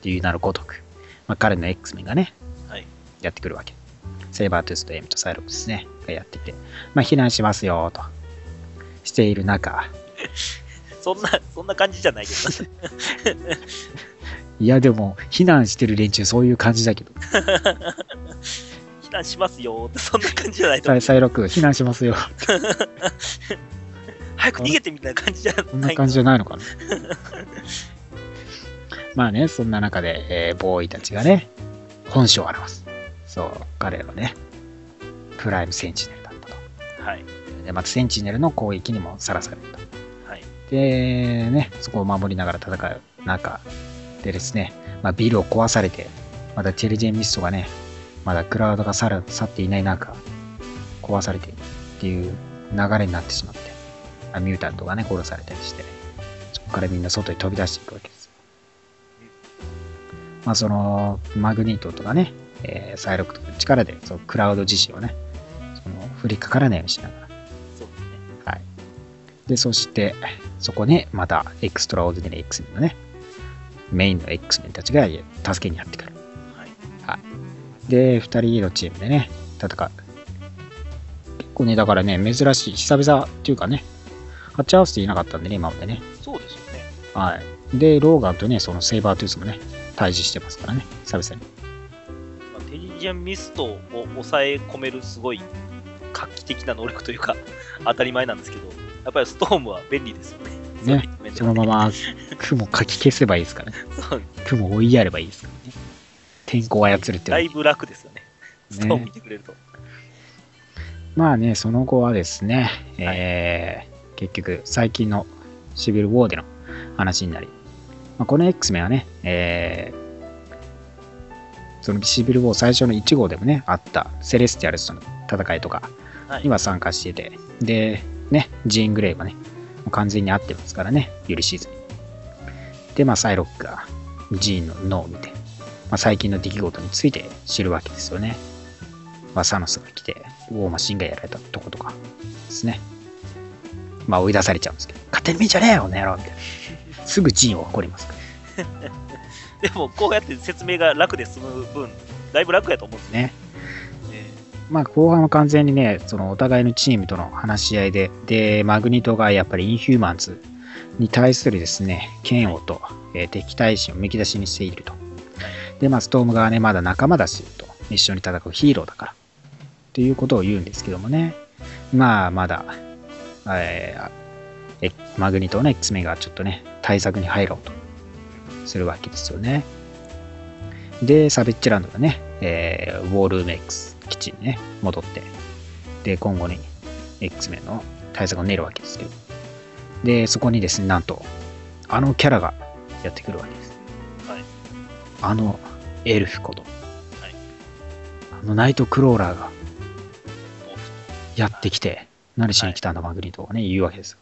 Speaker 2: っていうなるごとく、まあ、彼の X メンがね、
Speaker 3: はい
Speaker 2: やってくるわけ。セイバートゥースとエムとサイロプですね、がやってきて、まあ、避難しますよと、している中、
Speaker 3: そんな、そんな感じじゃないけど な。
Speaker 2: いやでも、避難してる連中そういう感じだけど、
Speaker 3: 避難しますよーって、そんな感じじゃないと
Speaker 2: サ
Speaker 3: 思
Speaker 2: イ
Speaker 3: う。
Speaker 2: サイロク、避難しますよ。
Speaker 3: 早く逃げてみたいな感じじゃない。
Speaker 2: そんな感じじゃないのかな。 まあね、そんな中で、えーボーイたちがね、本性を表す。そう、彼らはね、プライムセンチネルだったと。
Speaker 3: はい。
Speaker 2: で、またセンチネルの攻撃にもさらされると。
Speaker 3: はい。
Speaker 2: で、ね、そこを守りながら戦う中でですね、まあ、ビルを壊されて、まだチェルジェンミストがね、まだクラウドが去る去っていない中、壊されてっていう流れになってしまって、まあミュータントがね、殺されたりして、そこからみんな外に飛び出していくわけです。まあ、その、マグニートとかね、えーサイロクとかの力で、そのクラウド自身をね、その、振りかからないようにしながら、
Speaker 3: そうですね。
Speaker 2: はい。で、そして、そこにまたエクストラオーディネリー X メンのね、メインの X メンたちが助けにやってくる。
Speaker 3: はい。
Speaker 2: で、2人のチームでね、戦う。結構ね、だからね、珍しい、久々っていうかね、ハッチ合わせていなかったんでね、今までね。
Speaker 3: そうですよね。
Speaker 2: はい。で、ローガンとね、そのセイバートゥースもね、対峙してますからね、久々に。
Speaker 3: まあ、テリジェンミストを抑え込めるすごい画期的な能力というか、 当たり前なんですけど、やっぱりストームは便利ですよね。
Speaker 2: ね
Speaker 3: そういう面で
Speaker 2: そ
Speaker 3: は
Speaker 2: の
Speaker 3: ね
Speaker 2: ま。ま雲かき消せばいいですからね。
Speaker 3: そう
Speaker 2: 雲を追いやればいいですからね。天候を操るっていうの
Speaker 3: だ
Speaker 2: はい
Speaker 3: ぶ楽ですよね。ストームいてくれると。
Speaker 2: まあね、その後はですね、
Speaker 3: はい
Speaker 2: えー結局、最近のシビル・ウォーでの話になり、まあ、この X メンはね、えーそのシビル・ウォー最初の1号でもね、あったセレスティアルスとの戦いとか
Speaker 3: はい
Speaker 2: には参加してて、で、ね、ジーン・グレイはね、もう完全に合ってますからね、ユリシーズに。で、まあ、サイロックがジーンの脳を見て、まあ、最近の出来事について知るわけですよね。まあ、サノスが来て、ウォーマシンがやられたとことかですね。まあ、追い出されちゃうんですけど、勝手に見んじゃねえよ、この野郎みたいな。すぐジンを怒りますから
Speaker 3: でも、こうやって説明が楽で済む分、だいぶ楽やと思うんですよ
Speaker 2: ね。
Speaker 3: ね。
Speaker 2: まあ、後半は完全にね、そのお互いのチームとの話し合いで、で、マグニトがやっぱりインヒューマンズに対するですね、嫌悪と、えー敵対心をむき出しにしていると。で、まあ、ストーム側はね、まだ仲間だし、と、一緒に戦うヒーローだから、っていうことを言うんですけどもね、まあ、まだ、えーあえマグニトの X メンがちょっとね、対策に入ろうとするわけですよね。で、サベッチランドがね、えーウォールーム X 基地にね、戻って、で、今後に X メンの対策を練るわけですけど、で、そこにですね、なんと、あのキャラがやってくるわけです。
Speaker 3: はい
Speaker 2: あのエルフこと、
Speaker 3: はい
Speaker 2: あのナイトクローラーが
Speaker 3: もう
Speaker 2: やってきて、何しに来たんだ、マグニートがね、言うわけですよ。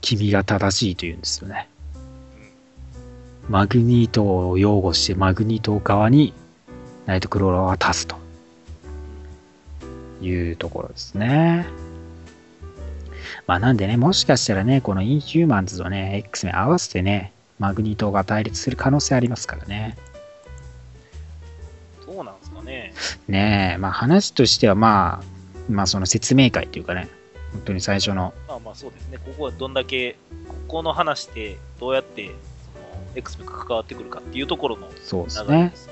Speaker 2: 君が正しいと言うんですよね。マグニートを擁護して、マグニート側にナイトクローラーは立つというところですね。まあなんでね、もしかしたらね、このインヒューマンズとね、X メン合わせてね、マグニートが対立する可能性ありますからね。
Speaker 3: どうなんですかね。
Speaker 2: ねえ、まあ話としてはまあ、まあその説明会というかね、本当に最初の、
Speaker 3: まあまあそうですね、ここはどんだけ、ここの話でどうやって、その、X メンが関わってくるかっていうところの
Speaker 2: そうです
Speaker 3: 流れ
Speaker 2: ね
Speaker 3: で。す。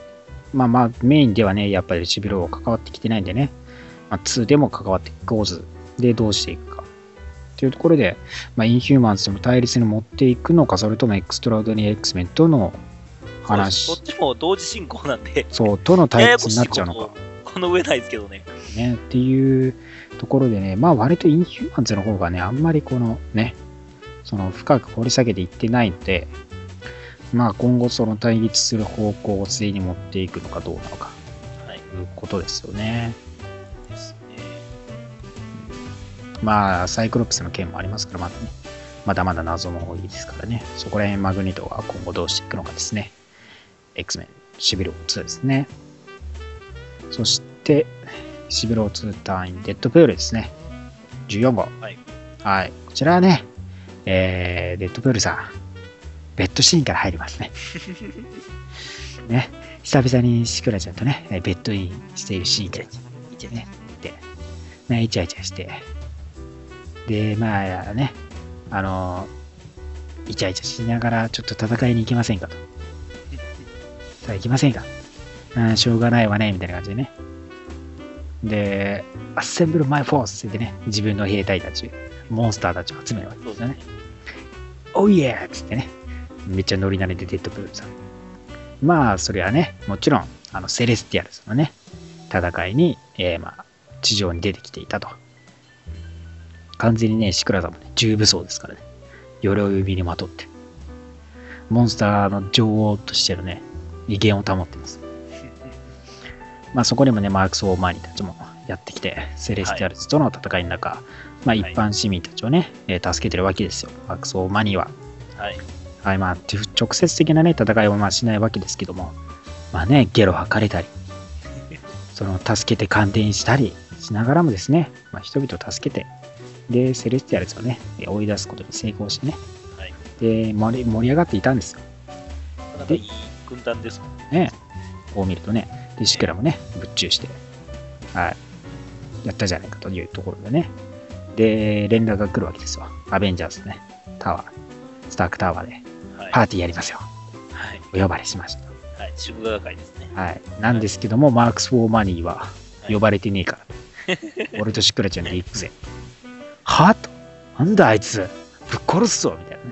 Speaker 2: まあまあメインではね、やっぱりシビロは関わってきてないんでね、まあ、2でも関わっていこうず、でどうしていくか。というところで、まあ、インヒューマンズとの対立に持っていくのか、それともエクストラオードニー X メンとの
Speaker 3: そ
Speaker 2: 話
Speaker 3: うですどっちも同時進行なんで、
Speaker 2: そう、との
Speaker 3: や
Speaker 2: 対
Speaker 3: やこ
Speaker 2: 立
Speaker 3: し
Speaker 2: になっ
Speaker 3: い
Speaker 2: ち
Speaker 3: こ
Speaker 2: ゃうのか
Speaker 3: と、この上ないですけどね。
Speaker 2: ね、っていうところでね、まあ割とインヒューマンズの方がね、あんまりこのね、その深く掘り下げていってないので、まあ今後その対立する方向性に持っていくのかどうなのか、
Speaker 3: はい。
Speaker 2: ということですよね。
Speaker 3: ですね。
Speaker 2: まあサイクロプスの件もありますから、まだね、まだまだ謎も多いですからね、そこら辺マグニトが今後どうしていくのかですね。X-Men、シビロ2ですね。そして、シビロ2隊員、デッドプールですね。14号。
Speaker 3: はい。
Speaker 2: はい。こちらはね、えー、デッドプールさん、ベッドシーンから入ります ね。ね、久々にシクラちゃんとね、えーベッドインしているシーンで、ね、で、ね、イチャイチャして、で、まあね、あのーイチャイチャしながら、ちょっと戦いに行きませんかと。さあ行きませんか。うん、しょうがないわね、みたいな感じでね。で、アッセンブルマイフォースってね、自分の兵隊たち、モンスターたちを集めるわけ
Speaker 3: そ
Speaker 2: で
Speaker 3: うですす
Speaker 2: よね
Speaker 3: ね。。
Speaker 2: おいえっつってね、めっちゃノリ慣れで出てくるさ。まあ、それはね、もちろん、あの、セレスティアルズのね、戦いに、えーまあ、地上に出てきていたと。完全にね、シクラさんもね、重武装ですからね、鎧を指にまとって、モンスターの女王としてのね、威厳を保ってます。まあ、そこにもね、マークス・オーマーニたちもやってきて、セレスティアルズとの戦いの中、まあ、
Speaker 3: い
Speaker 2: 一般市民たちをね、えー助けてるわけですよ、マークス・オーマーニは。
Speaker 3: はい。
Speaker 2: はい、まあ、て直接的なね、戦いはまあしないわけですけども、まあね、ゲロ吐かれ たり、その、助けて感電したりしながらもですね、まあ、人々を助けて、で、セレスティアルズをね、え追い出すことに成功してね、
Speaker 3: はい
Speaker 2: で盛り、盛り上がっていたんですよ。
Speaker 3: なかなかいい軍団ですもんね。
Speaker 2: ね、こう見るとね、で、シクラもね、ぶっちゅうして、はい、やったじゃないかというところでね、で、連絡が来るわけですよ。アベンジャーズのね、タワー、スタークタワーで、
Speaker 3: はい。
Speaker 2: パーティーやりますよ。
Speaker 3: はい。
Speaker 2: お呼ばれしました。
Speaker 3: はい。 祝賀会ですね。
Speaker 2: はい、なんですけども、マークス・フォー・マニーは
Speaker 3: はい
Speaker 2: 呼ばれてねえから、俺とシクラちゃんで行くぜ。はと、なんだあいつ、ぶっ殺すぞみたいなね。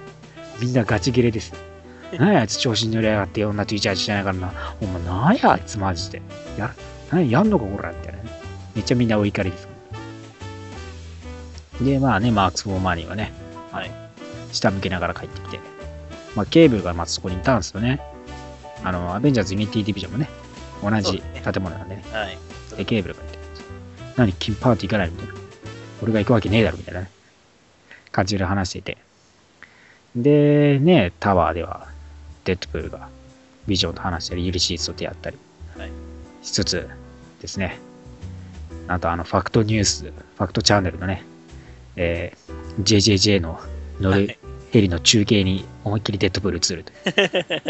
Speaker 2: みんなガチギレです。何やあいつ調子に乗りやがって女とイチャイチャしながらな。お前何やあいつマジで。やる何やんのかこらみたいなね。めっちゃみんなお怒りです。で、まあね、マークス・フォー・マニーはね、
Speaker 3: はい。
Speaker 2: 下向けながら帰ってきて、まあ、ケーブルがまずそこにいたんですよね。あの、アベンジャーズ・ユニティ・ディビジョンもね、同
Speaker 3: そう
Speaker 2: じ
Speaker 3: ですね
Speaker 2: 建物なんでね、
Speaker 3: はい。
Speaker 2: でケーブルがいて、何、金パーティー行かないみたいな。俺が行くわけねえだろみたいなね感じで話していて。で、ね、タワーでは、デッドプールがビジョンと話したり、ユリシーズと出会ったり
Speaker 3: はい
Speaker 2: しつつですね、あとあの、ファクトニュース、ファクトチャンネルのね、えー JJJ の乗る、
Speaker 3: はい
Speaker 2: ヘリの中継に思いっきりデッドプール映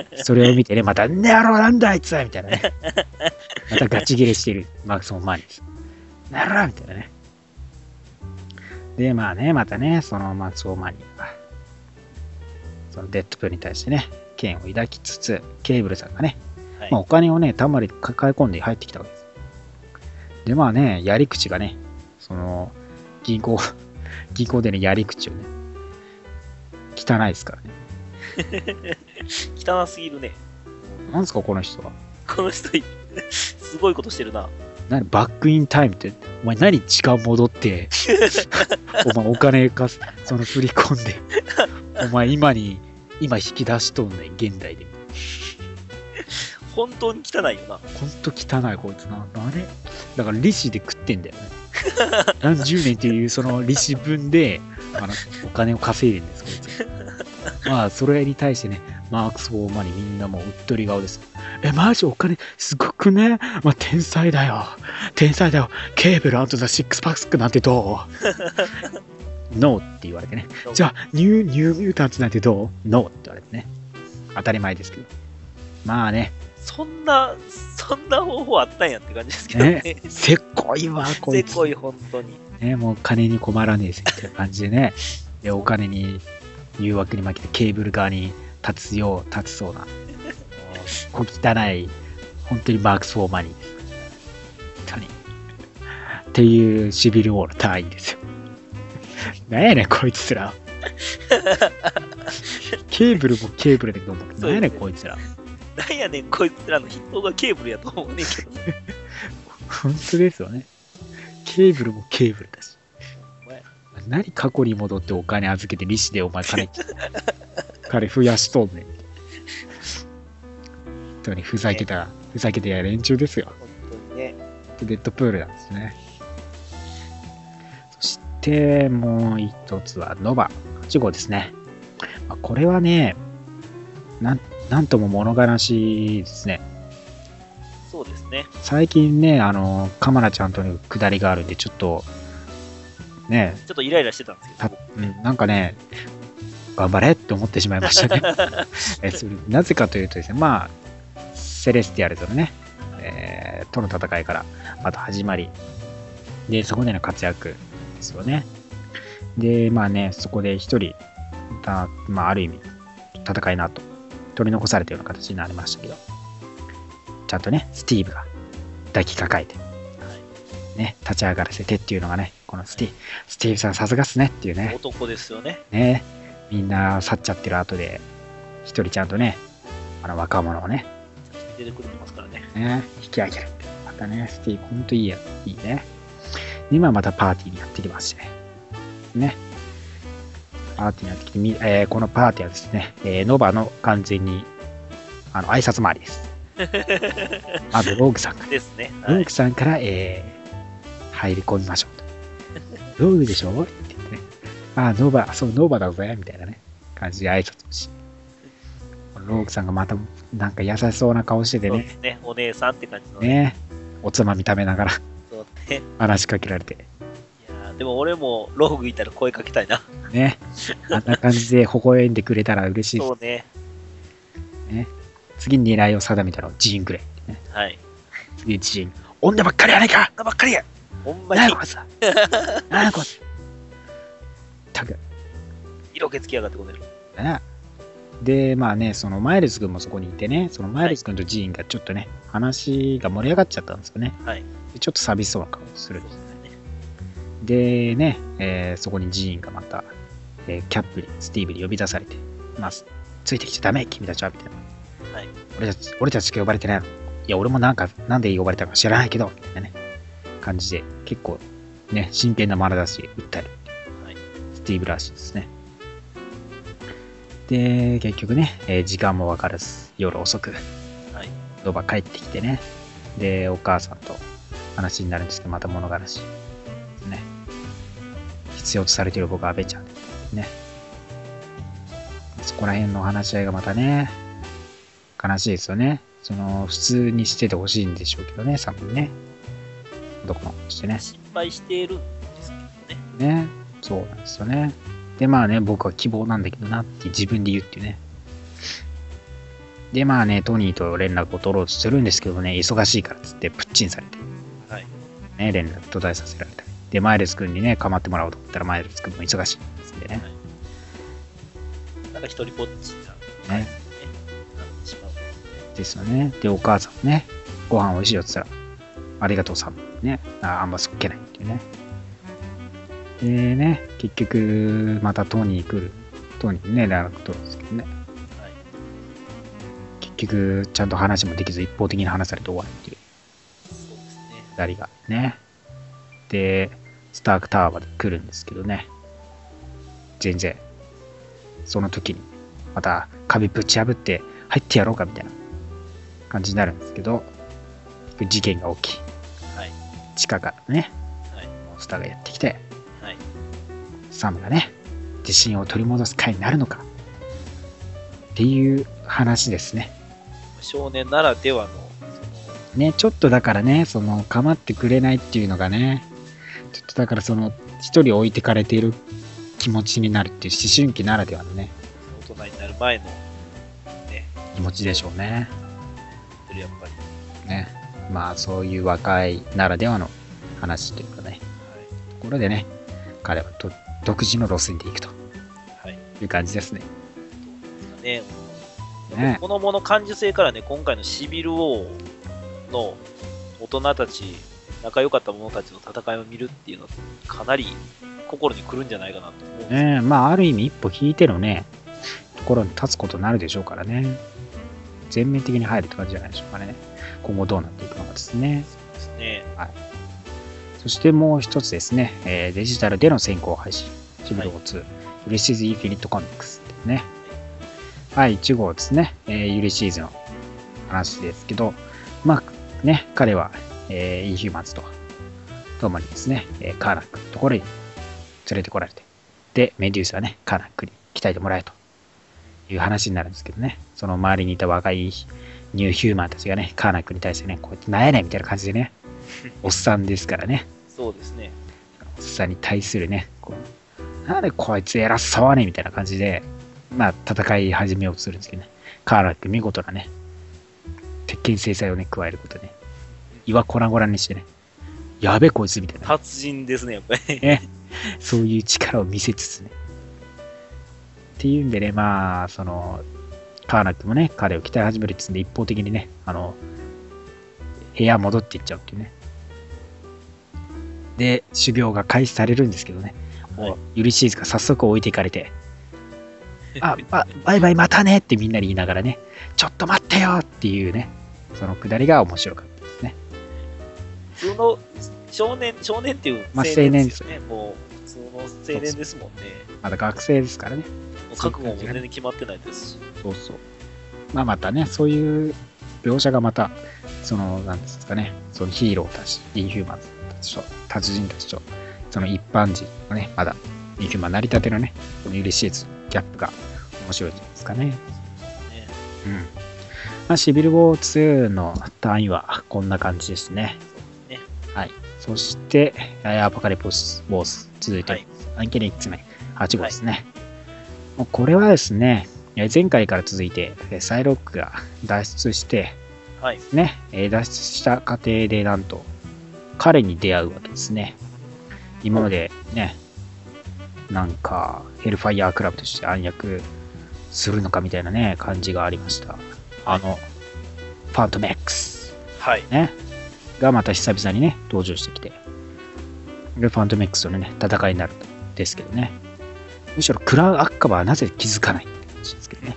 Speaker 2: ると。それを見てね、また、ねやろなんだあいつはみたいなね。またガチギレしている、マークソン・マーニーです。ならみたいなね。で、まあね、またね、そのマークソン・マーニーが、そのデッドプールに対してね、剣を抱きつつ、ケーブルさんがね、
Speaker 3: はい
Speaker 2: まあ、お金をね、たんまり抱え込んで入ってきたわけです。で、まあね、やり口がね、その、銀行、 銀行でね、やり口をね、汚いですからね。
Speaker 3: 汚すぎるね。
Speaker 2: なんすか、この人は。
Speaker 3: この人、すごいことしてるな。
Speaker 2: 何バックインタイムって、お前何時間戻 って、お前お金かす、その振り込んで、お前今に、今引き出しとんねん、現代で。
Speaker 3: 本当に汚いよな。
Speaker 2: ほんと汚い、こいつな。あれだから利子で食ってんだよね。何十年っていうその利子分で、あの、お金を稼いでんです、こいつ。まあ、それに対してね、マークス・フォー・マニーみんなもううっとり顔です。え、マジお金すごくねまあ、天才だよ。天才だよ。ケーブルアンドザ・シックスパックなんてどうノーって言われてね。じゃあ、ニュー、ニューミュータンツなんてどうノーって言われてね。当たり前ですけど。まあね、
Speaker 3: そんな、そんな方法あったんやって感じですけどね。
Speaker 2: せっこいわ、こ
Speaker 3: せ
Speaker 2: い
Speaker 3: っ
Speaker 2: つ。
Speaker 3: こい、本当に。
Speaker 2: ね、もう金に困らねえぜって感じでね。 で、お金に誘惑に負けてケーブル側に立つよう、立つそうな。 もう小汚い、本当にマークス・フォーマニーです。本当に。っていうシビル・ウォール隊員ですよ。なんやねん、こいつ ら。ケーブルもケーブルだけども、なんやねん、こいつら。
Speaker 3: なんやねん、こいつらの筆頭がケーブルやと思うねんけど。
Speaker 2: 本当ですよね。ケーブルもケーブルだし
Speaker 3: お前。
Speaker 2: 何過去に戻ってお金預けて利子でお前金金増やしとんねん。本当にふざけた、ふざけてや連中ですよ。
Speaker 3: 本当にね。
Speaker 2: デッドプールなんですね。そして、もう一つは、ノバ8号ですね。まあこれはね、なん、なんとも物悲しいですね。
Speaker 3: そうですね。
Speaker 2: 最近ね、あの、カマラちゃんとの下りがあるんで、ちょっと、ね、
Speaker 3: ちょっとイライラしてたんですけ
Speaker 2: た
Speaker 3: ど。
Speaker 2: うんなんかね、頑張れって思ってしまいましたね。えそれなぜかというとですね、まあ、セレスティアルとのね、えーとの戦いから、また始まり、で、そこでの活躍ですよね。で、まあね、そこで一人、たまあ、ある意味、戦いの後、取り残されたような形になりましたけど、ちゃんとね、スティーブが抱きかかえて、ね、立ち上がらせてっていうのがね、このスティスティーブさんさすがっすねっていうね。
Speaker 3: 男ですよね。
Speaker 2: ね、みんな去っちゃってる後で、一人ちゃんとね、あの若者をね、
Speaker 3: 出てくれてますからね。
Speaker 2: ね引き上げる。またね、スティーブ、ほんといいや、いいね。今またパーティーにやってきましてね。ね。パーティーにやってきて、みえーこのパーティーはですね、えーノバの完全に、あの、挨拶回りです。まず、ローグさんから。
Speaker 3: ですね。
Speaker 2: ロ
Speaker 3: は
Speaker 2: ー
Speaker 3: い
Speaker 2: グ。さんから、えー入り込みましょうと。ローグでしょって言ってね。あー、ノーバ、そう、ノーバだぜ、みたいなね、感じで挨拶をし。ローグさんがまた、なんか優しそうな顔してて
Speaker 3: そう
Speaker 2: ね
Speaker 3: で、すね。お姉さんって感じのね。
Speaker 2: ねおつまみ食べながら
Speaker 3: そうね。
Speaker 2: 話しかけられて、
Speaker 3: いやーでも俺もローグいたら声かけたいな。
Speaker 2: ねあんな感じで微笑んでくれたら嬉しいです
Speaker 3: そうね。
Speaker 2: ね。次に狙いを定めたのはジーンくらい。ね
Speaker 3: はい。
Speaker 2: 次ジーン、女ばっかりやないか
Speaker 3: あばっかりやほんま
Speaker 2: なあ
Speaker 3: に
Speaker 2: こいつなあこいつったく。
Speaker 3: 色気つきやがってこの野郎
Speaker 2: ねで、まあね、そのマイルズ君もそこにいてね、そのマイルズ君とジーンがちょっとね、話が盛り上がっちゃったんですよね。
Speaker 3: はい
Speaker 2: でちょっと寂しそうな顔をするんですね。でね、えーそこにジーンがまた、えーキャップに、スティーブに呼び出されて、まあ、ついてきちゃダメ、君たちは、みたいな。
Speaker 3: はい
Speaker 2: 俺たち、俺たちしか呼ばれてないの。いや、俺もなんか、なんで呼ばれたか知らないけど、みたいなね、感じで、結構、ね、真剣な眼差しで訴える。
Speaker 3: はい
Speaker 2: スティーブらしいですね。で、結局ね、えー時間もわからず、夜遅く、
Speaker 3: はい
Speaker 2: ロバ帰ってきてね、で、お母さんと話になるんですけど、また物悲しい。ね。必要とされている僕は安倍ちゃんですね。そこら辺の話し合いがまたね、悲しいですよね。その、普通にしててほしいんでしょうけどね、寒いね。どこもしてね。
Speaker 3: 心配しているんですけどね。
Speaker 2: ね。そうなんですよね。で、まあね、僕は希望なんだけどなって自分で言うっていうね。で、まあね、トニーと連絡を取ろうとするんですけどね、忙しいからっつってプッチンされて、
Speaker 3: はい。
Speaker 2: ね、連絡途絶えさせられたり。で、マイルス君にね、構ってもらおうと思ったら、マイルス君も忙しいっつってね。
Speaker 3: なんか一人ぼっちな感じにねなってしまう。
Speaker 2: ですよね。で、お母さんもね、ご飯美味しいよって言ったら、ありがとうさん。ね、ああんまそっけないっていうね。でね、結局、またトニー来る。トニーにね、連絡取るんですけどね。
Speaker 3: はい。
Speaker 2: 結局、ちゃんと話もできず、一方的に話されて終わるっていう、
Speaker 3: そうですね。
Speaker 2: 二人がね。で、スタークタワーまで来るんですけどね。全然、その時に、また壁ぶち破って入ってやろうかみたいな感じになるんですけど、事件が起き、
Speaker 3: はい。
Speaker 2: 地下からね、
Speaker 3: はい。
Speaker 2: モンスターがやってきて、
Speaker 3: はい。
Speaker 2: サムがね、自信を取り戻す回になるのか、っていう話ですね。
Speaker 3: 少年ならではの、
Speaker 2: ね、ちょっとだからね、その、構ってくれないっていうのがね、ちょっとだからその、一人置いてかれている気持ちになるっていう思春期ならではのね、
Speaker 3: その大人になる前の、ね、
Speaker 2: 気持ちでしょうね。
Speaker 3: やっぱり、
Speaker 2: ね。まあ、そういう若いならではの話というかね、
Speaker 3: は
Speaker 2: ところでね、彼はと独自の路線で行くと
Speaker 3: い、はい、
Speaker 2: いう感じですね。
Speaker 3: ね、
Speaker 2: ね
Speaker 3: 子供の感受性からね、今回のシビル王の大人たち、仲良かった者たちの戦いを見るっていうのは、かなり心にくるんじゃないかなと思うんですよ
Speaker 2: ねえまあ、ある意味一歩引いてのね、ところに立つことになるでしょうからね。全面的に入るって感じじゃないでしょうかね。今後どうなっていくのかですね。
Speaker 3: ね。
Speaker 2: そしてもう一つですね、えーデジタルでの先行配信、シブルゴ2、ユリシーズ・インフィニット・コミックスですね。はい、1号ですね、えーユリシーズの話ですけど、まあね、彼は、えーインヒューマンズと共にですね、えーカーナックのところに連れてこられて、で、メデューサはね、カーナックに鍛えてもらえという話になるんですけどね、その周りにいた若いニューヒューマンたちがね、カーナックに対してね、こうやってなんやねんみたいな感じでね、おっさんですからね、
Speaker 3: そうですね。
Speaker 2: おっさんに対するね、こう、なんでこいつ偉そうにみたいな感じで、まあ、戦い始めようとするんですけどね、カーラって見事なね、鉄拳制裁をね、加えることで、ね、岩粉々にしてね、やべこいつみたいな、
Speaker 3: 達人ですね、やっぱり。
Speaker 2: ね、そういう力を見せつつね。っていうんでね、まあ、その、カーナックもね、彼を鍛え始めるっつうんで、一方的にね、あの、部屋戻っていっちゃうっていうね。で、修行が開始されるんですけどね、も
Speaker 3: は
Speaker 2: う、ユリシーズが早速置いていかれて、あ、ば、バイバイまたねってみんなに言いながらね、ちょっと待ってよっていうね、そのくだりが面白かったですね。
Speaker 3: 普通の少年、少年っていう
Speaker 2: まあ
Speaker 3: ですよね。もう、普通の青年ですもんね。
Speaker 2: まだ学生ですからね。
Speaker 3: もう覚悟も全然決まってないですし。
Speaker 2: そうそう。まあまたね、そういう描写がまた、その、なんですかね、そのヒーローたち、インヒューマンたちと、達人たちと、その一般人のね、まだ、インヒューマン成り立てのね、このユリシーズ、ギャップが面白いんじゃないですかね。
Speaker 3: ね
Speaker 2: うん。まあ、シビルウォー2の単位はこんな感じですね。
Speaker 3: ね
Speaker 2: はい。そして、えーアポカリプス・ウォーズ、続いて、
Speaker 3: はい
Speaker 2: アンケリッツメ8号ですね。もうこれはですね、えー前回から続いて、えーサイロックが脱出して、
Speaker 3: はい。
Speaker 2: ね、えー脱出した過程でなんと、彼に出会うわけですね。今までね、なんか、ヘルファイアークラブとして暗躍するのかみたいなね、感じがありました。あの、ファントメックス、
Speaker 3: はい。
Speaker 2: ね、がまた久々にね、登場してきて、で、ファントメックスとのね、戦いになるんですけどね。むしろクラウンアッカバーはなぜ気づかないって話ですけどね。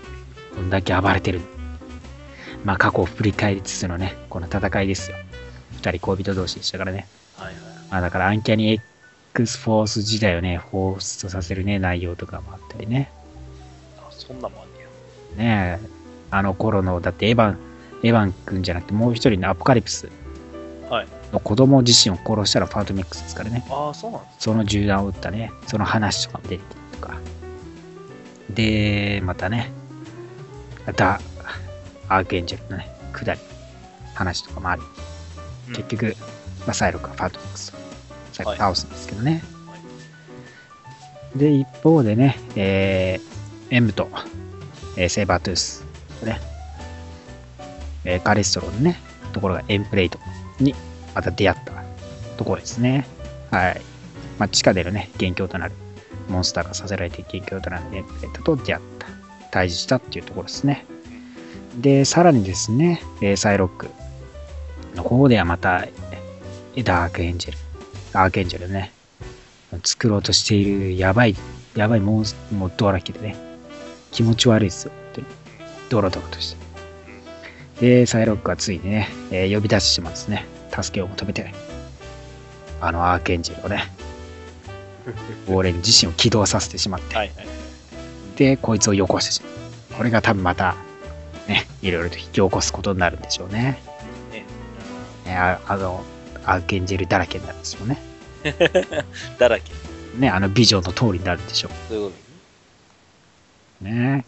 Speaker 2: こんだけ暴れてる。まあ過去を振り返りつつのね、この戦いですよ。二人恋人同士でしたからね。
Speaker 3: はいはい。
Speaker 2: まあだからアンキャニ X フォース時代をね、彷彿とさせるね、内容とかもあったりね。
Speaker 3: あ、そんなもんあんねや。
Speaker 2: ねえ、あの頃の、だってエヴァン、エヴァン君じゃなくてもう一人のアポカリプス
Speaker 3: はい
Speaker 2: の子供自身を殺したらファントメックスですからね。
Speaker 3: ああ、そうなんです
Speaker 2: その銃弾を撃ったね、その話とかも出てきたりとか。で、またね、ダアークエンジェルのね、下り、話とかもあり、
Speaker 3: うん
Speaker 2: 結局、まあ、サイロックはファートボックスを最後
Speaker 3: はい
Speaker 2: 倒すんですけどね。
Speaker 3: はい
Speaker 2: で、一方でね、えー、エムと、えーセイバートゥース、ね、えーカリストロのね、ところがエンプレイトにまた出会ったところですね。はい。まあ、地下でのね、元凶となる、モンスターがさせられて元凶となるエンプレイトと出会った、対峙したっていうところですね。で、さらにですね、えーサイロックの方ではまた、えダークエンジェル、ダークエンジェルね、作ろうとしているやばい、やばいモンスもうドラキでね、気持ち悪いですよ、本当に。ドロドロとして。で、サイロックはついにね、えー呼び出ししますね。助けを求めて、あのアークエンジェルをね、ウォーレン自身を起動させてしまって、
Speaker 3: はいはい。
Speaker 2: で、こいつをよこしてしまう。これが多分また、ね、いろいろと引き起こすことになるんでしょうね。
Speaker 3: ね、
Speaker 2: ねああの、アーケンジェルだらけになるんでしょうね。
Speaker 3: だらけ。
Speaker 2: ね、あのビジョンの通りになるんでしょ
Speaker 3: そういうこ
Speaker 2: うね。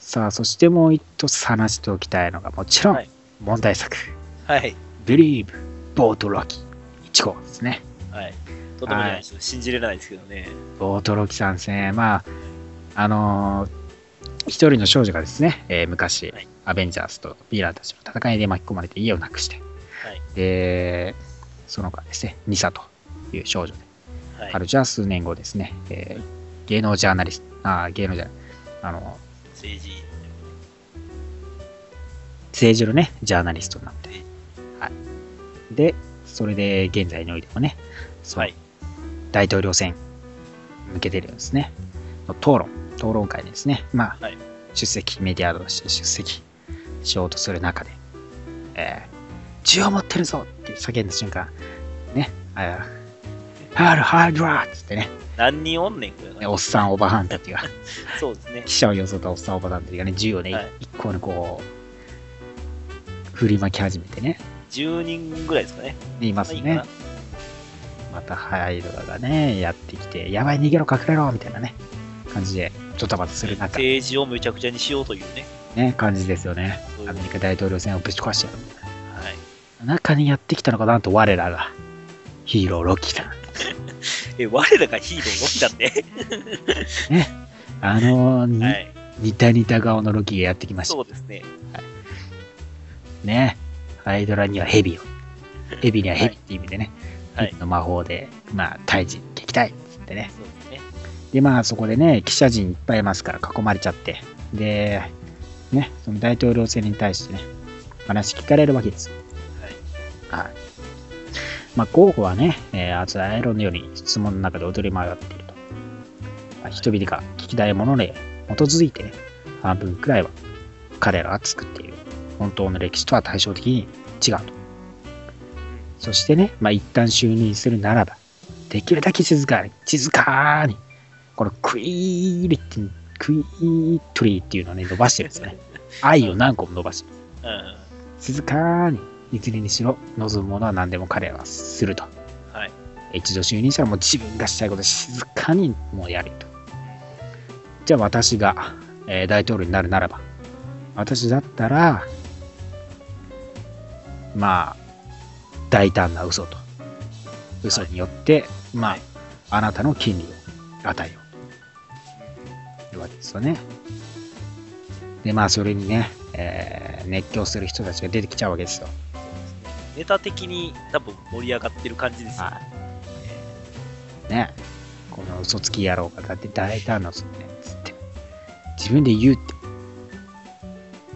Speaker 2: さあ、そしてもう一つ話しておきたいのが、もちろ
Speaker 3: は
Speaker 2: ん
Speaker 3: い、
Speaker 2: 問題作、
Speaker 3: はい。
Speaker 2: Believe、ボートロキ1号ですね。
Speaker 3: はい。とてもじゃないですよ。信じれないですけどね。
Speaker 2: ボートロキさんですね。まあ、あのー一人の少女がですね、えー昔、
Speaker 3: はい
Speaker 2: アベンジャーズとヴィーランたちの戦いで巻き込まれて家をなくして、
Speaker 3: い
Speaker 2: で、その子はですね、ニサという少女で、
Speaker 3: はい。
Speaker 2: 彼女は数年後ですね、えー芸能ジャーナリスト、あー芸能じゃない、あのー
Speaker 3: 政治。
Speaker 2: 政治のね、ジャーナリストになって、はい。で、それで現在においてもね、その
Speaker 3: はい。
Speaker 2: 大統領選向けてるんですね。の討論、討論会にですね。まあ、
Speaker 3: はい
Speaker 2: 出席、メディアとして出席しようとする中で、えー、銃を持ってるぞって叫んだ瞬間、ね、あーハールハールラーっつってね、
Speaker 3: 何人おんねんこれ
Speaker 2: ねおっさんおばはんたちが、
Speaker 3: そうですね。
Speaker 2: 記者を装ったおっさんおばはんたちがね、銃をね、
Speaker 3: はい
Speaker 2: 一向にこう、振りまき始めてね、
Speaker 3: 10人ぐらいですかね。
Speaker 2: でいます
Speaker 3: いいか
Speaker 2: ね
Speaker 3: な。。
Speaker 2: またハイドラがね、やってきて、やばい、逃げろ、隠れろみたいなね、感じで、ドタバタする中、
Speaker 3: 政治をむちゃくちゃにしようというね。
Speaker 2: ね、感じですよね。
Speaker 3: そうい
Speaker 2: ア
Speaker 3: う
Speaker 2: メリカ大統領選をぶち壊してやるみたい
Speaker 3: はい。
Speaker 2: な。中にやってきたのが、なんと我らが、ヒーローロキだ。
Speaker 3: え、我らがヒーローのきだって。
Speaker 2: あのー、に
Speaker 3: はい。
Speaker 2: 似た似た顔のロキがやってきまし
Speaker 3: そ
Speaker 2: た
Speaker 3: うですね。
Speaker 2: ね。ハイドラには ヘビを。ヘビにはヘビって意味でね、
Speaker 3: はい
Speaker 2: ヘビの魔法で、まあ、退治、撃退っつってね。
Speaker 3: そうですね。
Speaker 2: でまあそこでね記者陣いっぱいいますから囲まれちゃってでねその大統領選に対してね話聞かれるわけですよ
Speaker 3: はい。
Speaker 2: はいまあ候補はね、えー、アーツアイロンのように質問の中で踊り回っていると、まあ、人々が聞きたいものに基づいてね半分くらいは彼らが作っている本当の歴史とは対照的に違うとそしてね、まあ、一旦就任するならばできるだけ静かに静かにこのクイーリってクイートリーっていうのをね伸ばしてるんですよね愛を何個も伸ばしてる
Speaker 3: うん。
Speaker 2: 静かにいずれにしろ望むものは何でも彼らはすると
Speaker 3: はい。
Speaker 2: 一度就任したらもう自分がしたいこと静かにもうやれとじゃあ私が、えー大統領になるならば私だったらまあ大胆な嘘と嘘によって、ま
Speaker 3: はい
Speaker 2: ああなたの権利を与えようというわけですよねでまあそれにね、えー熱狂する人たちが出てきちゃうわけですよ
Speaker 3: ネタ的に多分盛り上がってる感じですよ。
Speaker 2: はい。ねこの嘘つき野郎がだって大胆な嘘ねつって自分で言うって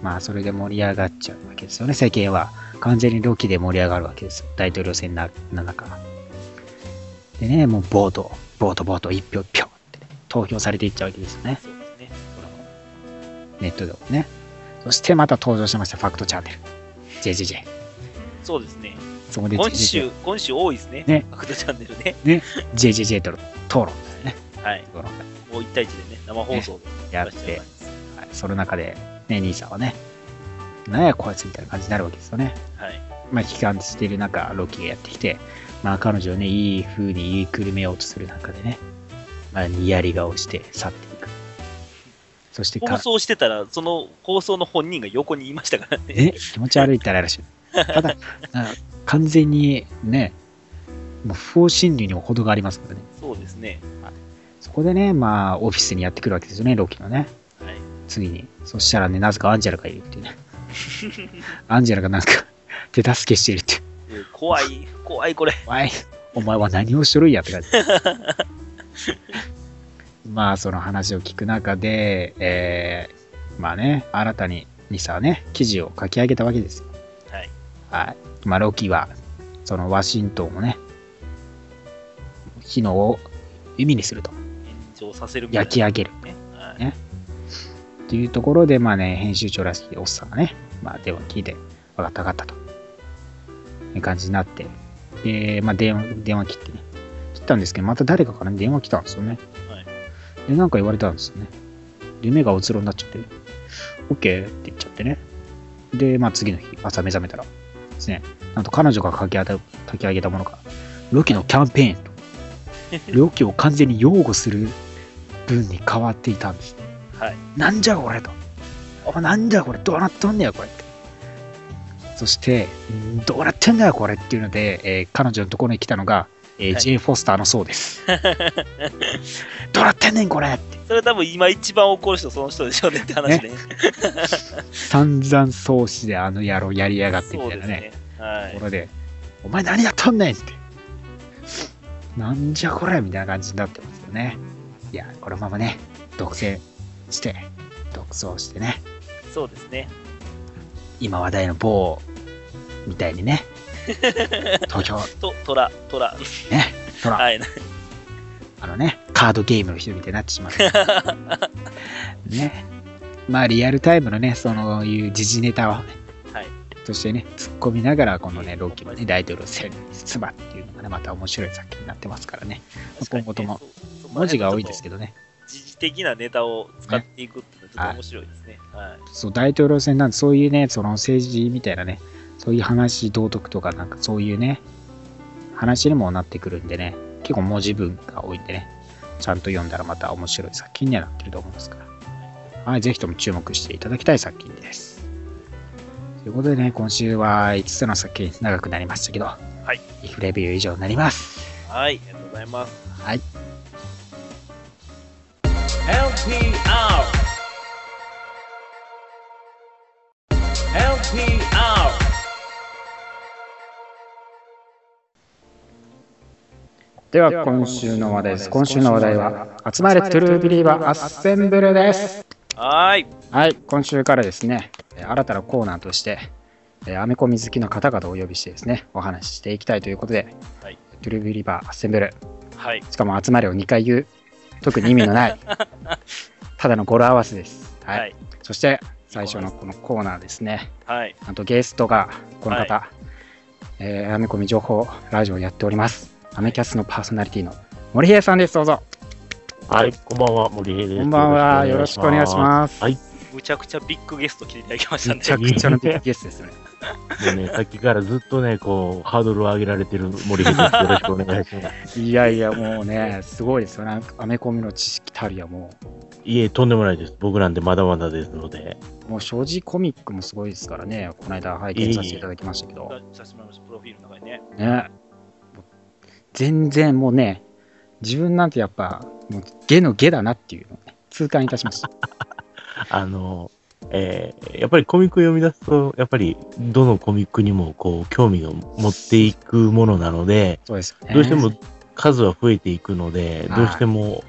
Speaker 2: まあそれで盛り上がっちゃうわけですよね世間は完全にロキで盛り上がるわけですよ大統領選なの中でねもうボートボートボート一票一票って、ね、投票されていっちゃうわけですよね
Speaker 3: そうですね。
Speaker 2: ネットでもねそしてまた登場しましたファクトチャンネル JJJ
Speaker 3: そうですね。
Speaker 2: そこで JJJ
Speaker 3: 今週、今週多いですね。
Speaker 2: ね
Speaker 3: アクトチャンネルね。
Speaker 2: JJJ との討論ですね
Speaker 3: はい。
Speaker 2: 討論会
Speaker 3: もう1対1でね、生放送で
Speaker 2: やっ
Speaker 3: 出して
Speaker 2: て
Speaker 3: もらいます
Speaker 2: はい、その中で、ね、兄さんはね、なんやこいつみたいな感じになるわけですよね。
Speaker 3: はい。
Speaker 2: まあ、悲観している中、ロキがやってきて、まあ、彼女をね、いい風に言いくるめようとする中でね、まあ、にやり顔して去っていく。そして
Speaker 3: 放
Speaker 2: か、
Speaker 3: 送してたら、その放送の本人が横にいましたからね。
Speaker 2: え気持ち悪いってなるらしい。ただ、あ完全にね、もう不法侵入にも程がありますからね。
Speaker 3: そうですね。
Speaker 2: そこでね、まあ、オフィスにやってくるわけですよね、ロキのね。
Speaker 3: はい。
Speaker 2: 次に。そしたらね、なぜかアンジェラがいるっていうね。 アンジェラがなんか手助けしてるっていう。
Speaker 3: えー怖い、怖いこれ。
Speaker 2: おい、お前は何をしとるんやって感 じ。まあ、その話を聞く中で、えーまあね、新たにニサはね、記事を書き上げたわけですよ。
Speaker 3: はい。
Speaker 2: はい。まあ、ロキは、そのワシントンをね、火のを海にすると。
Speaker 3: 炎上させるみたいな。
Speaker 2: 焼き上げる。
Speaker 3: ね。はい
Speaker 2: ねというところで、まあね、編集長らしきおっさんがね、まあ、電話聞いて、分かった分かったと。いう感じになって、で、まあ、電話、電話切ってね、切ったんですけど、また誰かからね電話来たんですよね。
Speaker 3: はい
Speaker 2: で、なんか言われたんですよね。で、目がうつろになっちゃって、OK って言っちゃってね。で、まあ、次の日、朝目覚めたら、ですね、なんと彼女が書き上げた書き上げたものが、ロキのキャンペーンと、 ロキを完全に擁護する文に変わっていたんです。
Speaker 3: はい。
Speaker 2: なんじゃこれと。おなんだこれ、どうなっとんねや、これって。そして、んどうなってんだよ、これっていうので、えー彼女のところに来たのが、えー
Speaker 3: はい
Speaker 2: J ・フォスターのそう です。どうなってんねん、これって。
Speaker 3: それ多分今一番怒る人その人でしょうねって話で、ね。
Speaker 2: 散々創始であの野郎やりやがってみ
Speaker 3: そう
Speaker 2: たい
Speaker 3: で
Speaker 2: な
Speaker 3: す
Speaker 2: ね、
Speaker 3: ね。は
Speaker 2: と
Speaker 3: い
Speaker 2: こ。ろで、お前何やっとんねんって。なんじゃこれみたいな感じになってますよね。いや、このままね、独占して、独走してね、
Speaker 3: そうですね。
Speaker 2: 今話題の某みたいにね、東京
Speaker 3: と、トラ、ト ラ。
Speaker 2: ね、そら、
Speaker 3: はい。
Speaker 2: あのね、カードゲームの人みたいになってしまう。 ね。まあ、リアルタイムのね、そのいう時事ネタを、ね、
Speaker 3: はい
Speaker 2: そしてね、突っ込みながら、このね、ロキのね、大統領選に進まっていうのがね、また面白い作品になってますからね。今後とも文字が多いです
Speaker 3: けど。
Speaker 2: けどね。
Speaker 3: 時事的なネタを使っていくっていうのはちょっと面白いですね。はい。。
Speaker 2: そう、大統領選なんで、そういうね、その政治みたいなね、そういう話、道徳とか、なんかそういうね、話にもなってくるんでね、結構文字文が多いんでね、ちゃんと読んだらまた面白い作品にはなってると思いますから。はい、ぜひとも注目していただきたい作品です。ということでね、今週は5つの作品、長くなりましたけど、はいイフレビュー以上になります。
Speaker 3: はい。ありがとうございます。
Speaker 2: はい。
Speaker 1: NPR NPR
Speaker 2: では今週の話題です。今週の話題は、集まれトゥルービリーバーアッセンブルです。
Speaker 3: はーい。
Speaker 2: はい、今週からですね、えー新たなコーナーとして、えーアメコミ好きの方々をお呼びしてですね、お話ししていきたいということで、
Speaker 3: はい
Speaker 2: トゥルービリバーアッセンブル、
Speaker 3: はい。
Speaker 2: しかも集まれを2回言う、特に意味のない、ただの語呂合わせです。はい。
Speaker 3: はい。
Speaker 2: そして、最初のこのコーナーですね、
Speaker 3: はい。
Speaker 2: なんとゲストがこの方、えーアメコミ情報ラジオをやっております、アメキャスのパーソナリティの森平さんです、どうぞ。
Speaker 4: はい、こんばんは、森平です。
Speaker 2: こんばんは、よろしくお願いします。
Speaker 4: はい
Speaker 3: むちゃくちゃビッグゲスト来ていただきました
Speaker 2: め
Speaker 3: ね。
Speaker 2: ちゃくちゃのビッグゲストですよね。
Speaker 4: す。もうね、さっきからずっとね、こう、ハードルを上げられてる森平です。よろしくお願いします。
Speaker 2: いやいや、もうね、すごいですよ。なんか、アメコミの知識たるや、も
Speaker 4: いえ、とんでもないです。僕なんてまだまだですので。
Speaker 2: う、もう、正直コミックもすごいですからね、この間拝見させていただきましたけど、
Speaker 3: 久しぶりのプロフィールの中にね。
Speaker 2: ね。もう全然もうね、自分なんてやっぱ、もう、ゲのゲだなっていうのをね、痛感いたしました。
Speaker 4: あの、えーやっぱりコミックを読み出すと、やっぱり、どのコミックにも、こう、興味を持っていくものなので、
Speaker 2: そうですよね。
Speaker 4: どうしても数は増えていくので、どうしても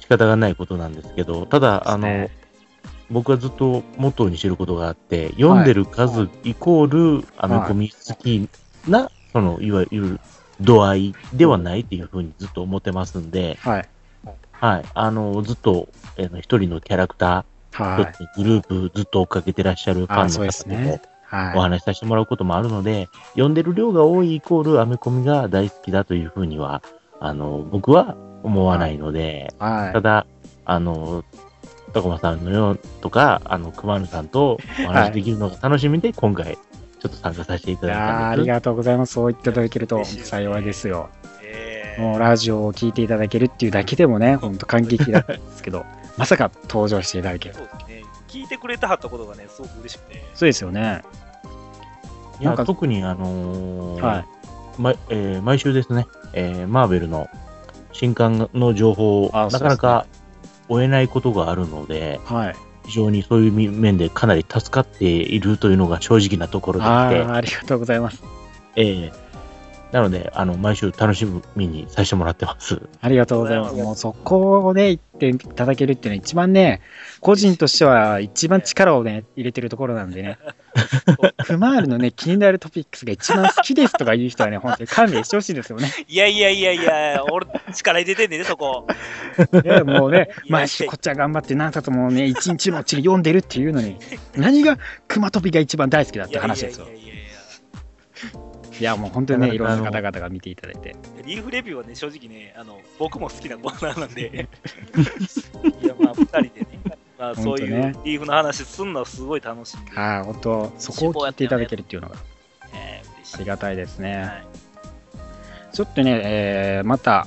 Speaker 4: 仕方がないことなんですけど、ただ、あ
Speaker 2: そう
Speaker 4: の
Speaker 2: で、
Speaker 4: 僕はずっとモットーにしてることがあって、読んでる数イコール、あの、コミ好きな、その、いわゆる度合いではないっていうふうにずっと思ってますんで、
Speaker 2: はい。
Speaker 4: はい、あの、ずっと、えーの一人のキャラクター、
Speaker 2: はい。
Speaker 4: 一つのグループずっと追っかけてらっしゃるファ
Speaker 2: あ
Speaker 4: ン
Speaker 2: そう
Speaker 4: の
Speaker 2: です
Speaker 4: 方とも
Speaker 2: ね。はい。
Speaker 4: お話しさせてもらうこともあるので、読んでる量が多いイコールアメコミが大好きだというふうには、あの、僕は思わないので、
Speaker 2: はい
Speaker 4: ただ、あの、トコマさんのようとか、あの、熊野さんとお話しできるのが楽しみで、今回、ちょっと参加させていた
Speaker 2: い
Speaker 4: だい
Speaker 2: やー
Speaker 4: た
Speaker 2: あ
Speaker 4: んで
Speaker 2: り
Speaker 4: す。
Speaker 2: がとうございます。そう言っていただけると幸いですよ。
Speaker 3: え
Speaker 2: もうラジオを聞いていただけるっていうだけでもね、ほんと感激だったんですけど、まさか登場していただける。
Speaker 3: そうですね。聞いてくれたはったことがね、すごく嬉しくて。
Speaker 2: そうですよね。
Speaker 4: いや
Speaker 2: なんか
Speaker 4: 特に、あのー
Speaker 2: は
Speaker 4: まえー毎週ですね、えーマーベルの新刊の情報を、
Speaker 2: あ
Speaker 4: なかなか追えないことがあるので、
Speaker 2: い。はい。
Speaker 4: 非常にそういう面でかなり助かっているというのが正直なところで
Speaker 2: あ
Speaker 4: して
Speaker 2: ー、ありがとうございます。
Speaker 4: ええなので、あの、毎週楽しみにさせてもらってます。
Speaker 2: ありがとうございます。
Speaker 3: ありが
Speaker 2: もうそこをね、言っていただけるっていうのは一番ね、個人としては一番力をね、入れてるところなんでね。クマールのね、気になるトピックスが一番好きですとか言う人はね、本当に勘弁してほしいですよね。
Speaker 3: いやいやいやいや、俺、力入れてんねんね、そこ。
Speaker 2: ねもうね、
Speaker 3: いや
Speaker 2: 毎週こっちは頑張って何冊もね、一日のうちに読んでるっていうのに、何が熊飛びが一番大好きだっ
Speaker 3: い
Speaker 2: て
Speaker 3: やいやい
Speaker 2: 話
Speaker 3: や
Speaker 2: で
Speaker 3: い
Speaker 2: すよ
Speaker 3: や。いやいや。
Speaker 2: いや、もう本当にね、い
Speaker 4: な
Speaker 2: ろ
Speaker 4: か
Speaker 2: んな
Speaker 4: なか
Speaker 2: 方々が見ていただいて。
Speaker 3: リーフレビューはね、正直ね、あの僕も好きなコーナーなん で、いや、まあ、2人でね、まあ、
Speaker 2: ほんとね
Speaker 3: そういうリーフの話すんのはすごい楽しいんで、
Speaker 2: はい、本当、そこを聞いていただけるっていうのが
Speaker 3: えー嬉しい
Speaker 2: ありがたいですね。
Speaker 3: はい
Speaker 2: ちょっとね、えーまた、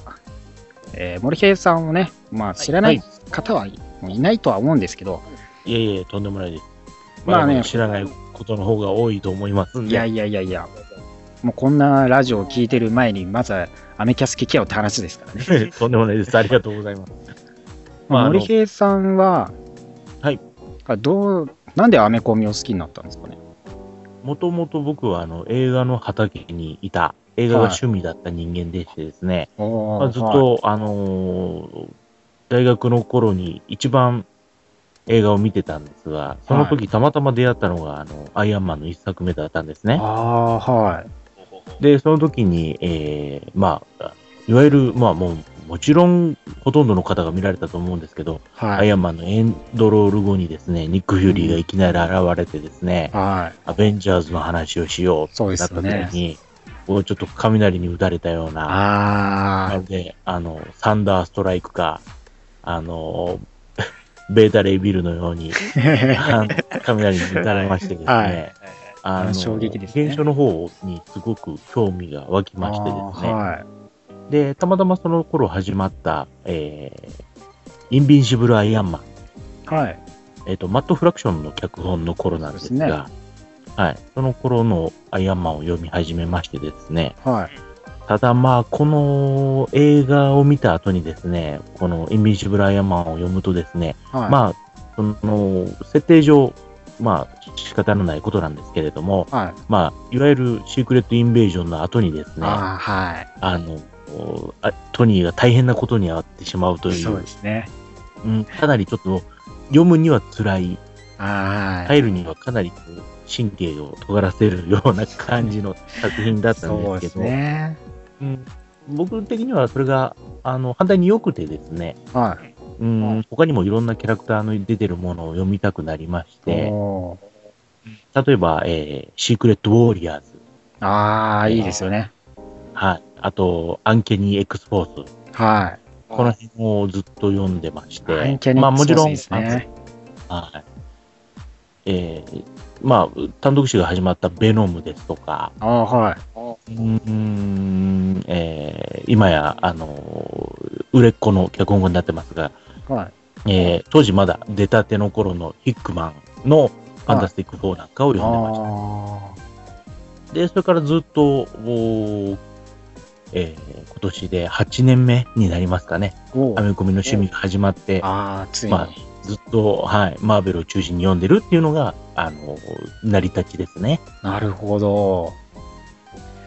Speaker 2: えー森平さんをね、まあ、知らない方はいもういないとは思うんですけど、
Speaker 4: いえいえ、とんでもないです。
Speaker 2: まあね
Speaker 4: まだまだ知らないことの方が多いと思いますん
Speaker 2: いや
Speaker 4: で。
Speaker 2: いやいやいや、もうこんなラジオを聞いてる前に、まずはアメキャス聞きよって話ですからね。
Speaker 4: とんでもないです。ありがとうございます。まああの
Speaker 2: 森平さんは、
Speaker 4: はい
Speaker 2: あどう、なんでアメコミを好きになったんですかね。
Speaker 4: もともと僕はあの映画の畑にいた、映画が趣味だった人間でしてですね、まあ、ずっと、あのー大学の頃に一番映画を見てたんですが、その時たまたま出会ったのが、あの、アイアンマンの一作目だったんですね
Speaker 2: あ。あー、はい。
Speaker 3: ほうほうほう
Speaker 4: で、その時に、えーまあ、いわゆる、まあもう、もちろん、ほとんどの方が見られたと思うんですけど、ア
Speaker 2: はい。
Speaker 4: イアンマンのエンドロール後にですね、ニック・フューリーがいきなり現れてですね、
Speaker 2: はい。
Speaker 4: アベンジャーズの話をしよう
Speaker 2: そうで
Speaker 4: なっ
Speaker 2: すよ
Speaker 4: た時
Speaker 2: ね。
Speaker 4: に、こうちょっと雷に打たれたような、
Speaker 2: あ
Speaker 4: なので、あの、サンダーストライクか、あの、 ベータレイビルのように、
Speaker 2: あ。
Speaker 4: あの雷に打たれましてですね、
Speaker 2: はい
Speaker 3: はいはい
Speaker 4: あの、
Speaker 2: 衝撃ですね
Speaker 4: 現象の方にすごく興味が湧きましてですね、
Speaker 2: はい。
Speaker 4: で、たまたまその頃始まった、えー、インビンシブル・アイアンマン、
Speaker 2: はい。
Speaker 4: えっ、と、マット・フラクションの脚本の頃なんですが、はい、その頃のアイアンマンを読み始めましてですね、
Speaker 2: はい。
Speaker 4: ただまあ、この映画を見た後にですね、このインビンシブル・アイアンマンを読むとですね、
Speaker 2: はい。
Speaker 4: まあ、その、設定上、まあ、仕方のないことなんですけれども、
Speaker 2: あ、はい。
Speaker 4: まあ、いわゆるシークレット・インベージョンの後にですね、
Speaker 2: ああ、はい。
Speaker 4: あの、おあトニーが大変なことに遭ってしまうとい
Speaker 2: そう
Speaker 4: う、
Speaker 2: ですね。
Speaker 4: うん、かなりちょっと読むには辛い、
Speaker 2: ああ、
Speaker 4: 入るにはかなりこう神経を尖らせるような感じの作品だったん
Speaker 2: そう
Speaker 4: で
Speaker 2: です
Speaker 4: け
Speaker 2: す
Speaker 4: ど、
Speaker 2: ね。
Speaker 4: うん、僕的にはそれがあの反対に良くてですね、
Speaker 2: は
Speaker 4: うん
Speaker 2: う
Speaker 4: 他にもいろんなキャラクターの出てるものを読みたくなりまし
Speaker 2: い。
Speaker 4: て、
Speaker 2: おー
Speaker 4: 例えば、えーシークレット・ウォーリアーズ、
Speaker 2: ああ、いいですよね。
Speaker 4: はい、あと、アンケニー・エクスポーツ、
Speaker 2: は
Speaker 4: この辺をずっと読んでまし
Speaker 2: い。
Speaker 4: て、
Speaker 2: アンキャニ
Speaker 4: まあ
Speaker 2: ッ
Speaker 4: も
Speaker 2: クス
Speaker 4: ちろ
Speaker 2: ポ
Speaker 4: ん、
Speaker 2: ーツですね。
Speaker 4: はい。えーまあ、単独誌が始まったベノムですとか、
Speaker 2: ああ、はい。
Speaker 4: うーん、えー今や、あのー売れっ子の脚本家になってますが、
Speaker 2: はい。
Speaker 4: えー当時まだ出たての頃のヒックマンのファンタスティック4なんかを読んでまし
Speaker 2: あ
Speaker 4: た。で、それからずっと、おーえー今年で8年目になりますかね。
Speaker 2: あ、お
Speaker 4: ア
Speaker 2: ー
Speaker 4: メコミの趣味が始まって、
Speaker 2: ああ、ついに。
Speaker 4: まあずっと、はい、マーベルを中心に読んでるっていうのが、あのー成り立ちですね。
Speaker 2: なるほど。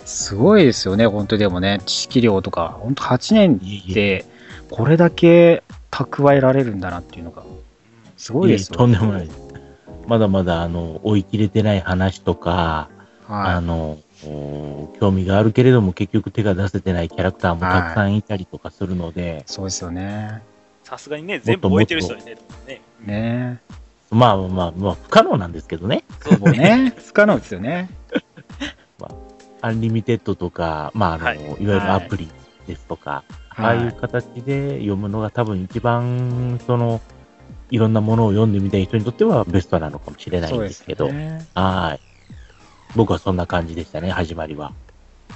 Speaker 2: すごいですよね、本当でもね、知識量とか、本当8年
Speaker 4: いえいえ
Speaker 2: でこれだけ蓄えられるんだなっていうのが、すごいです
Speaker 4: ええ
Speaker 2: よ
Speaker 4: とん
Speaker 2: ね。
Speaker 4: でもないです。まだまだ、あの、追い切れてない話とか、あ
Speaker 2: は
Speaker 4: の、お興味があるけれども、結局手が出せてないキャラクターもたくさんいたりとかするので
Speaker 2: い。、そうですよね。
Speaker 3: さすがにね、
Speaker 4: ともっ
Speaker 3: 全
Speaker 4: と
Speaker 3: 部終えてる人はいないと思うね。
Speaker 2: ね
Speaker 4: まあまあまあ、不可能なんですけどね。
Speaker 3: そう
Speaker 2: もう ね、不可能ですよね。
Speaker 4: アンリミテッドとか、まあ、あの、
Speaker 3: はい
Speaker 4: い、わゆるアプリですとか、
Speaker 2: は
Speaker 4: ああいう
Speaker 2: い。
Speaker 4: 形で読むのが多分一番、その、いろんなものを読んでみたい人にとってはベストなのかもしれないんですけど、
Speaker 2: ね。
Speaker 4: はい。僕はそんな感じでしたね、始まりは。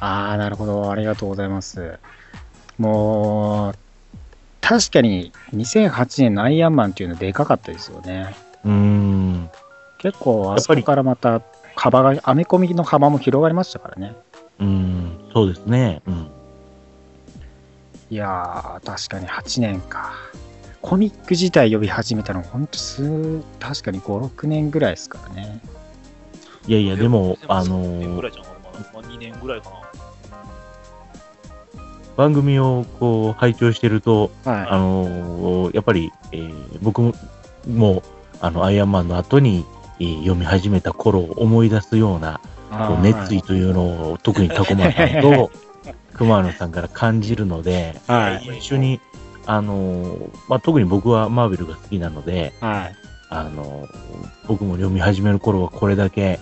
Speaker 2: ああ、なるほど。ありがとうございます。もう、確かに2008年のアイアンマンっていうのでかかったですよね。
Speaker 4: うーん。
Speaker 2: 結構、
Speaker 4: や
Speaker 2: あ
Speaker 4: っ
Speaker 2: そこ
Speaker 4: ぱり
Speaker 2: からまた幅が、アメコミの幅も広がりましたからね。
Speaker 4: うん、そうですね。うん。
Speaker 2: いやー、確かに8年か。コミック自体呼び始めたの、ほんと数、確かに5、6年ぐらいですからね。
Speaker 4: いやいや、でも、あの
Speaker 3: 1年ぐら
Speaker 4: ー
Speaker 3: いじゃないかな、まあ、2年ぐらいかな。
Speaker 4: 番組をこう、拝聴してると、あ
Speaker 2: は
Speaker 4: のーやっぱり、えー僕も、もう、あの、アイアンマンの後に、えー読み始めた頃を思い出すような、
Speaker 2: い。
Speaker 4: こ
Speaker 2: あ
Speaker 4: う
Speaker 2: ー
Speaker 4: 熱意。というのを、特にタコマさ んと、熊野さんから感じるので、
Speaker 2: はい。はい。
Speaker 4: 一緒に、あのーまあ、特に僕はマーベルが好きなので、
Speaker 2: はい
Speaker 4: あの、僕も読み始める頃はこれだけ、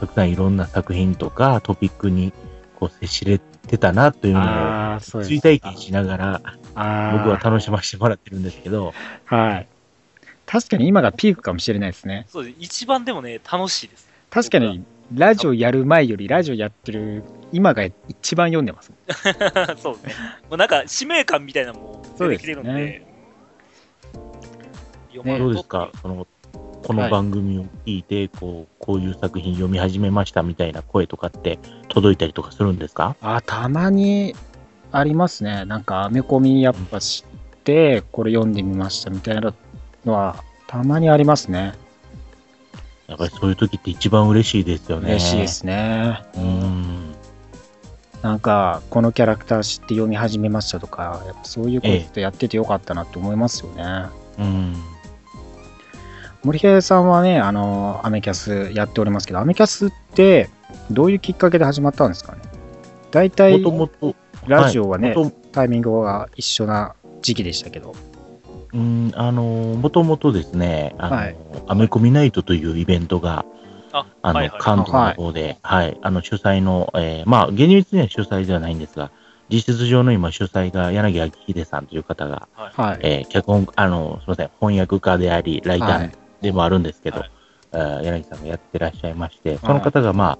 Speaker 4: たくさんいろんな作品とかトピックにこう接しれてたなというのを
Speaker 2: あー、そうです
Speaker 4: 追体験しながら、
Speaker 2: あー
Speaker 4: 僕は楽しませてもらってるんですけど、
Speaker 2: はい。確かに今がピークかもしれないですね。
Speaker 3: そうです。一番でもね、楽しいです。
Speaker 2: 確かに、ラジオやる前より、ラジオやってる今が一番読んでます。
Speaker 3: そうですね。もうなんか、使命感みたいなのも出てきてるんで。
Speaker 2: そうですね
Speaker 3: 読
Speaker 2: ね
Speaker 3: まんと
Speaker 4: どうですか、その、この番組を聞いて、こう、こういう作品読み始めましたみたいな声とかって届いたりとかするんですか
Speaker 2: あ、たまにありますね。なんか、アメコミやっぱ知って、これ読んでみましたみたいなのは、たまにありますね。
Speaker 4: やっぱりそういう時って一番嬉しいですよね。
Speaker 2: 嬉しいで。すね。
Speaker 4: うん。
Speaker 2: なんか、このキャラクター知って読み始めましたとか、やっぱそういうことやっててよかったなって思いますよね。
Speaker 4: うん。
Speaker 2: 森平さんはね、あの、アメキャスやっておりますけど、アメキャスって、どういうきっかけで始まったんですかね大体
Speaker 4: も、ともと、
Speaker 2: ラジオはね、
Speaker 4: もと
Speaker 2: タイミングが一緒な時期でしたけど。
Speaker 4: うん、あの、もともとですね、あの、
Speaker 2: はい
Speaker 4: アメコミナイトというイベントが、
Speaker 3: あ、
Speaker 4: あの、
Speaker 3: はいはい。
Speaker 4: 関東の方で、はい、あの、主催の、えーまあ、厳密には主催ではないんですが、実質上の今、主催が柳明秀さんという方が、
Speaker 3: はい
Speaker 2: はい。
Speaker 4: えー脚本、あの、すみません、翻訳家であり、ライタ
Speaker 2: は
Speaker 4: ー
Speaker 2: い
Speaker 4: でもあるんですけど、
Speaker 3: はい
Speaker 4: えー柳さんがやってらっしゃいまして、その方が、まあ、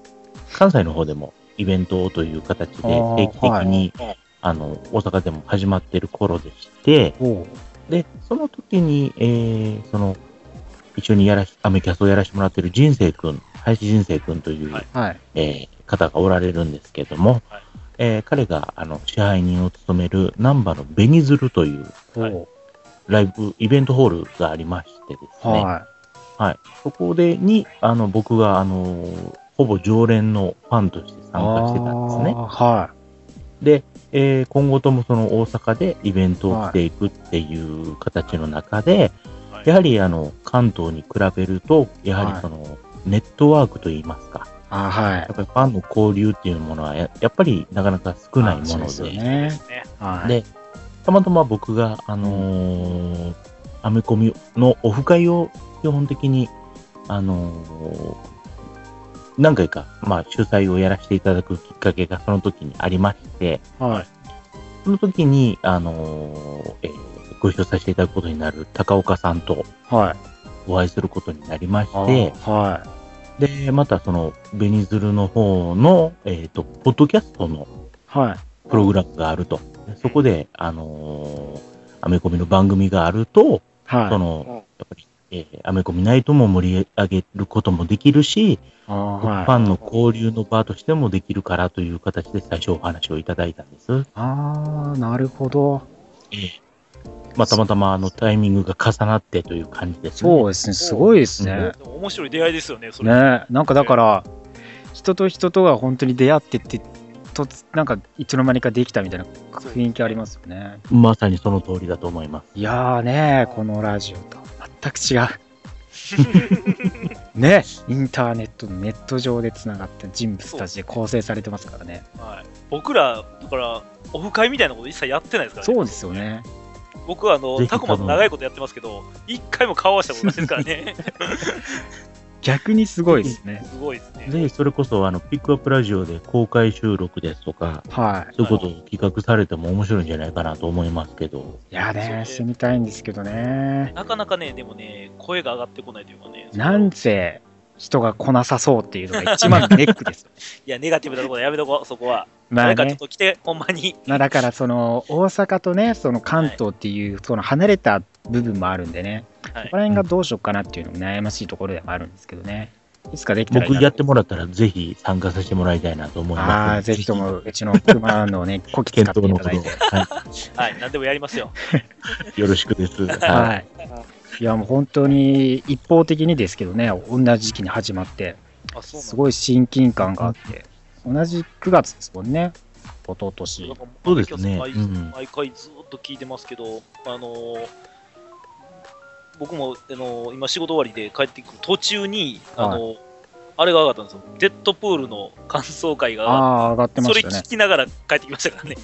Speaker 4: 関西の方でもイベントという形で
Speaker 2: あー
Speaker 4: 定期的に、
Speaker 3: はい
Speaker 4: あの、大阪でも始まってる頃でして、
Speaker 2: おう
Speaker 4: で、その時に、えーその、一緒にやらし、アメキャスをやらせてもらってる人生くん、林人生くんという、
Speaker 3: はい
Speaker 2: はい。
Speaker 4: えー方がおられるんですけども、
Speaker 3: はい
Speaker 4: えー彼が、あの、支配人を務める、難波の紅鶴という
Speaker 2: お
Speaker 3: はいう
Speaker 4: ライブ、イベントホールがありましてですね、
Speaker 2: は
Speaker 4: そこでに、あの、僕が、あのー、ほぼ常連のファンとして
Speaker 2: い。
Speaker 4: 参加してたんですね。
Speaker 2: あーは
Speaker 4: で、えー今後ともその大阪でイベントをしていくっていう形の中で、
Speaker 3: はい
Speaker 4: やはりあの関東に比べると、やは
Speaker 2: はい
Speaker 4: りその、ネットワークといいますか、
Speaker 2: い。あーはい
Speaker 4: や。っぱりファンの交流っていうものはや、やっぱりなかなか少ないも
Speaker 2: あーそう
Speaker 4: の
Speaker 2: ですよ
Speaker 4: で、
Speaker 2: ね。
Speaker 3: ね
Speaker 2: はい。
Speaker 4: でたまたま僕が、あのーアメコミのオフ会を基本的に、あのー何回か、まあ、主催をやらせていただくきっかけがその時にありまして、
Speaker 2: はい。
Speaker 4: その時に、あのーえーご一緒させていただくことになる高岡さんと
Speaker 2: はい。
Speaker 4: お会いすることになりま
Speaker 2: あ
Speaker 4: して
Speaker 2: ー、は
Speaker 4: で、またその、ベニズルの方の、えっ、と、ポッドキャストの
Speaker 2: い。はい。
Speaker 4: プログラムがあると。でそこで、あのーアメコミの番組があると、
Speaker 2: はい。
Speaker 4: そ
Speaker 3: うん
Speaker 4: の、やっぱり、えーアメコミナイトも盛り上げることもできるし、
Speaker 2: あー
Speaker 4: フ
Speaker 2: はい。
Speaker 4: ァンの交流の場としてもできるからという形で最初お話をいただいたんです。
Speaker 2: ああ、なるほど。
Speaker 4: まあ、たまたまあのタイミングが重なってという感じですね。
Speaker 2: そうですね。すごいですね。
Speaker 3: でも面白い出会いですよね、それ。
Speaker 2: ねなんかだから、人と人とが本当に出会ってって、とつなんかいつの間にかできたみたいな雰囲気ありますよね。
Speaker 4: まさにその通りだと思います。
Speaker 2: いやーね、このラジオとは全く違 う。ね、インターネット、ネット上でつながった人物たちで構成されてますからね。
Speaker 3: はい、僕ら、だから、オフ会みたいなこと一切やってないですからね。
Speaker 2: そうですよね。
Speaker 3: 僕はあの
Speaker 4: ぜひ
Speaker 3: タコマと長いことやってますけど、一回も顔合わせたことないですからね。
Speaker 2: 逆にすごいですね。
Speaker 3: すごいですね。
Speaker 4: で、それこそ、あの、ピックアップラジオで公開収録ですとか、
Speaker 2: は
Speaker 4: そういうことを企画されても面白いんじゃないかなと思いますけど、
Speaker 2: い。いやー
Speaker 3: そう
Speaker 2: ね、
Speaker 3: ね
Speaker 2: してみたいんですけどね。
Speaker 3: なかなかね、でもね、声が上がってこないというかね。
Speaker 2: なん
Speaker 3: い
Speaker 2: せ人が来なさそうっていうのが一番ネック です。
Speaker 3: や、ネガティブなところやめとこう、そこは。
Speaker 2: まあ
Speaker 3: 誰かちょ
Speaker 2: ね
Speaker 3: っ。と来て、ほんまに。
Speaker 2: まあ、だからその大阪とねその関東っていうその離れた部分もあるんでね、
Speaker 3: はい
Speaker 2: ここら辺がどうしようかなっていうのも悩ましいところでもあるんですけどねいつかできたらいい
Speaker 4: 僕
Speaker 2: な
Speaker 4: やってもらったらぜひ参加させてもらいたいなと思います。
Speaker 2: ああぜひともうちの車の ねこき使っ
Speaker 4: 検
Speaker 2: て
Speaker 4: 討
Speaker 2: い
Speaker 4: の
Speaker 2: ただ
Speaker 4: ほど、
Speaker 2: いて
Speaker 4: は
Speaker 3: はい、何でもやりますよ。
Speaker 4: い、よろし くです。は
Speaker 2: はいいやもう本当に一方的にですけどね同じ時期に始まって
Speaker 3: あ、そうなん
Speaker 2: すごい親近感があって同じ9月ですもんね一昨
Speaker 3: だ
Speaker 2: 年
Speaker 3: から
Speaker 4: そうですね
Speaker 3: 毎
Speaker 4: うん
Speaker 3: 毎回ずっと聞いてますけど、あのー僕も、あのー今仕事終わりで帰ってくる途中に、あのーあれが上がったんですよ。デッドプールの感想会が上がっ
Speaker 2: ああ上がって
Speaker 3: て、
Speaker 2: ま
Speaker 3: それ
Speaker 2: したね
Speaker 3: 聞きながら帰ってきましたからね。
Speaker 4: い、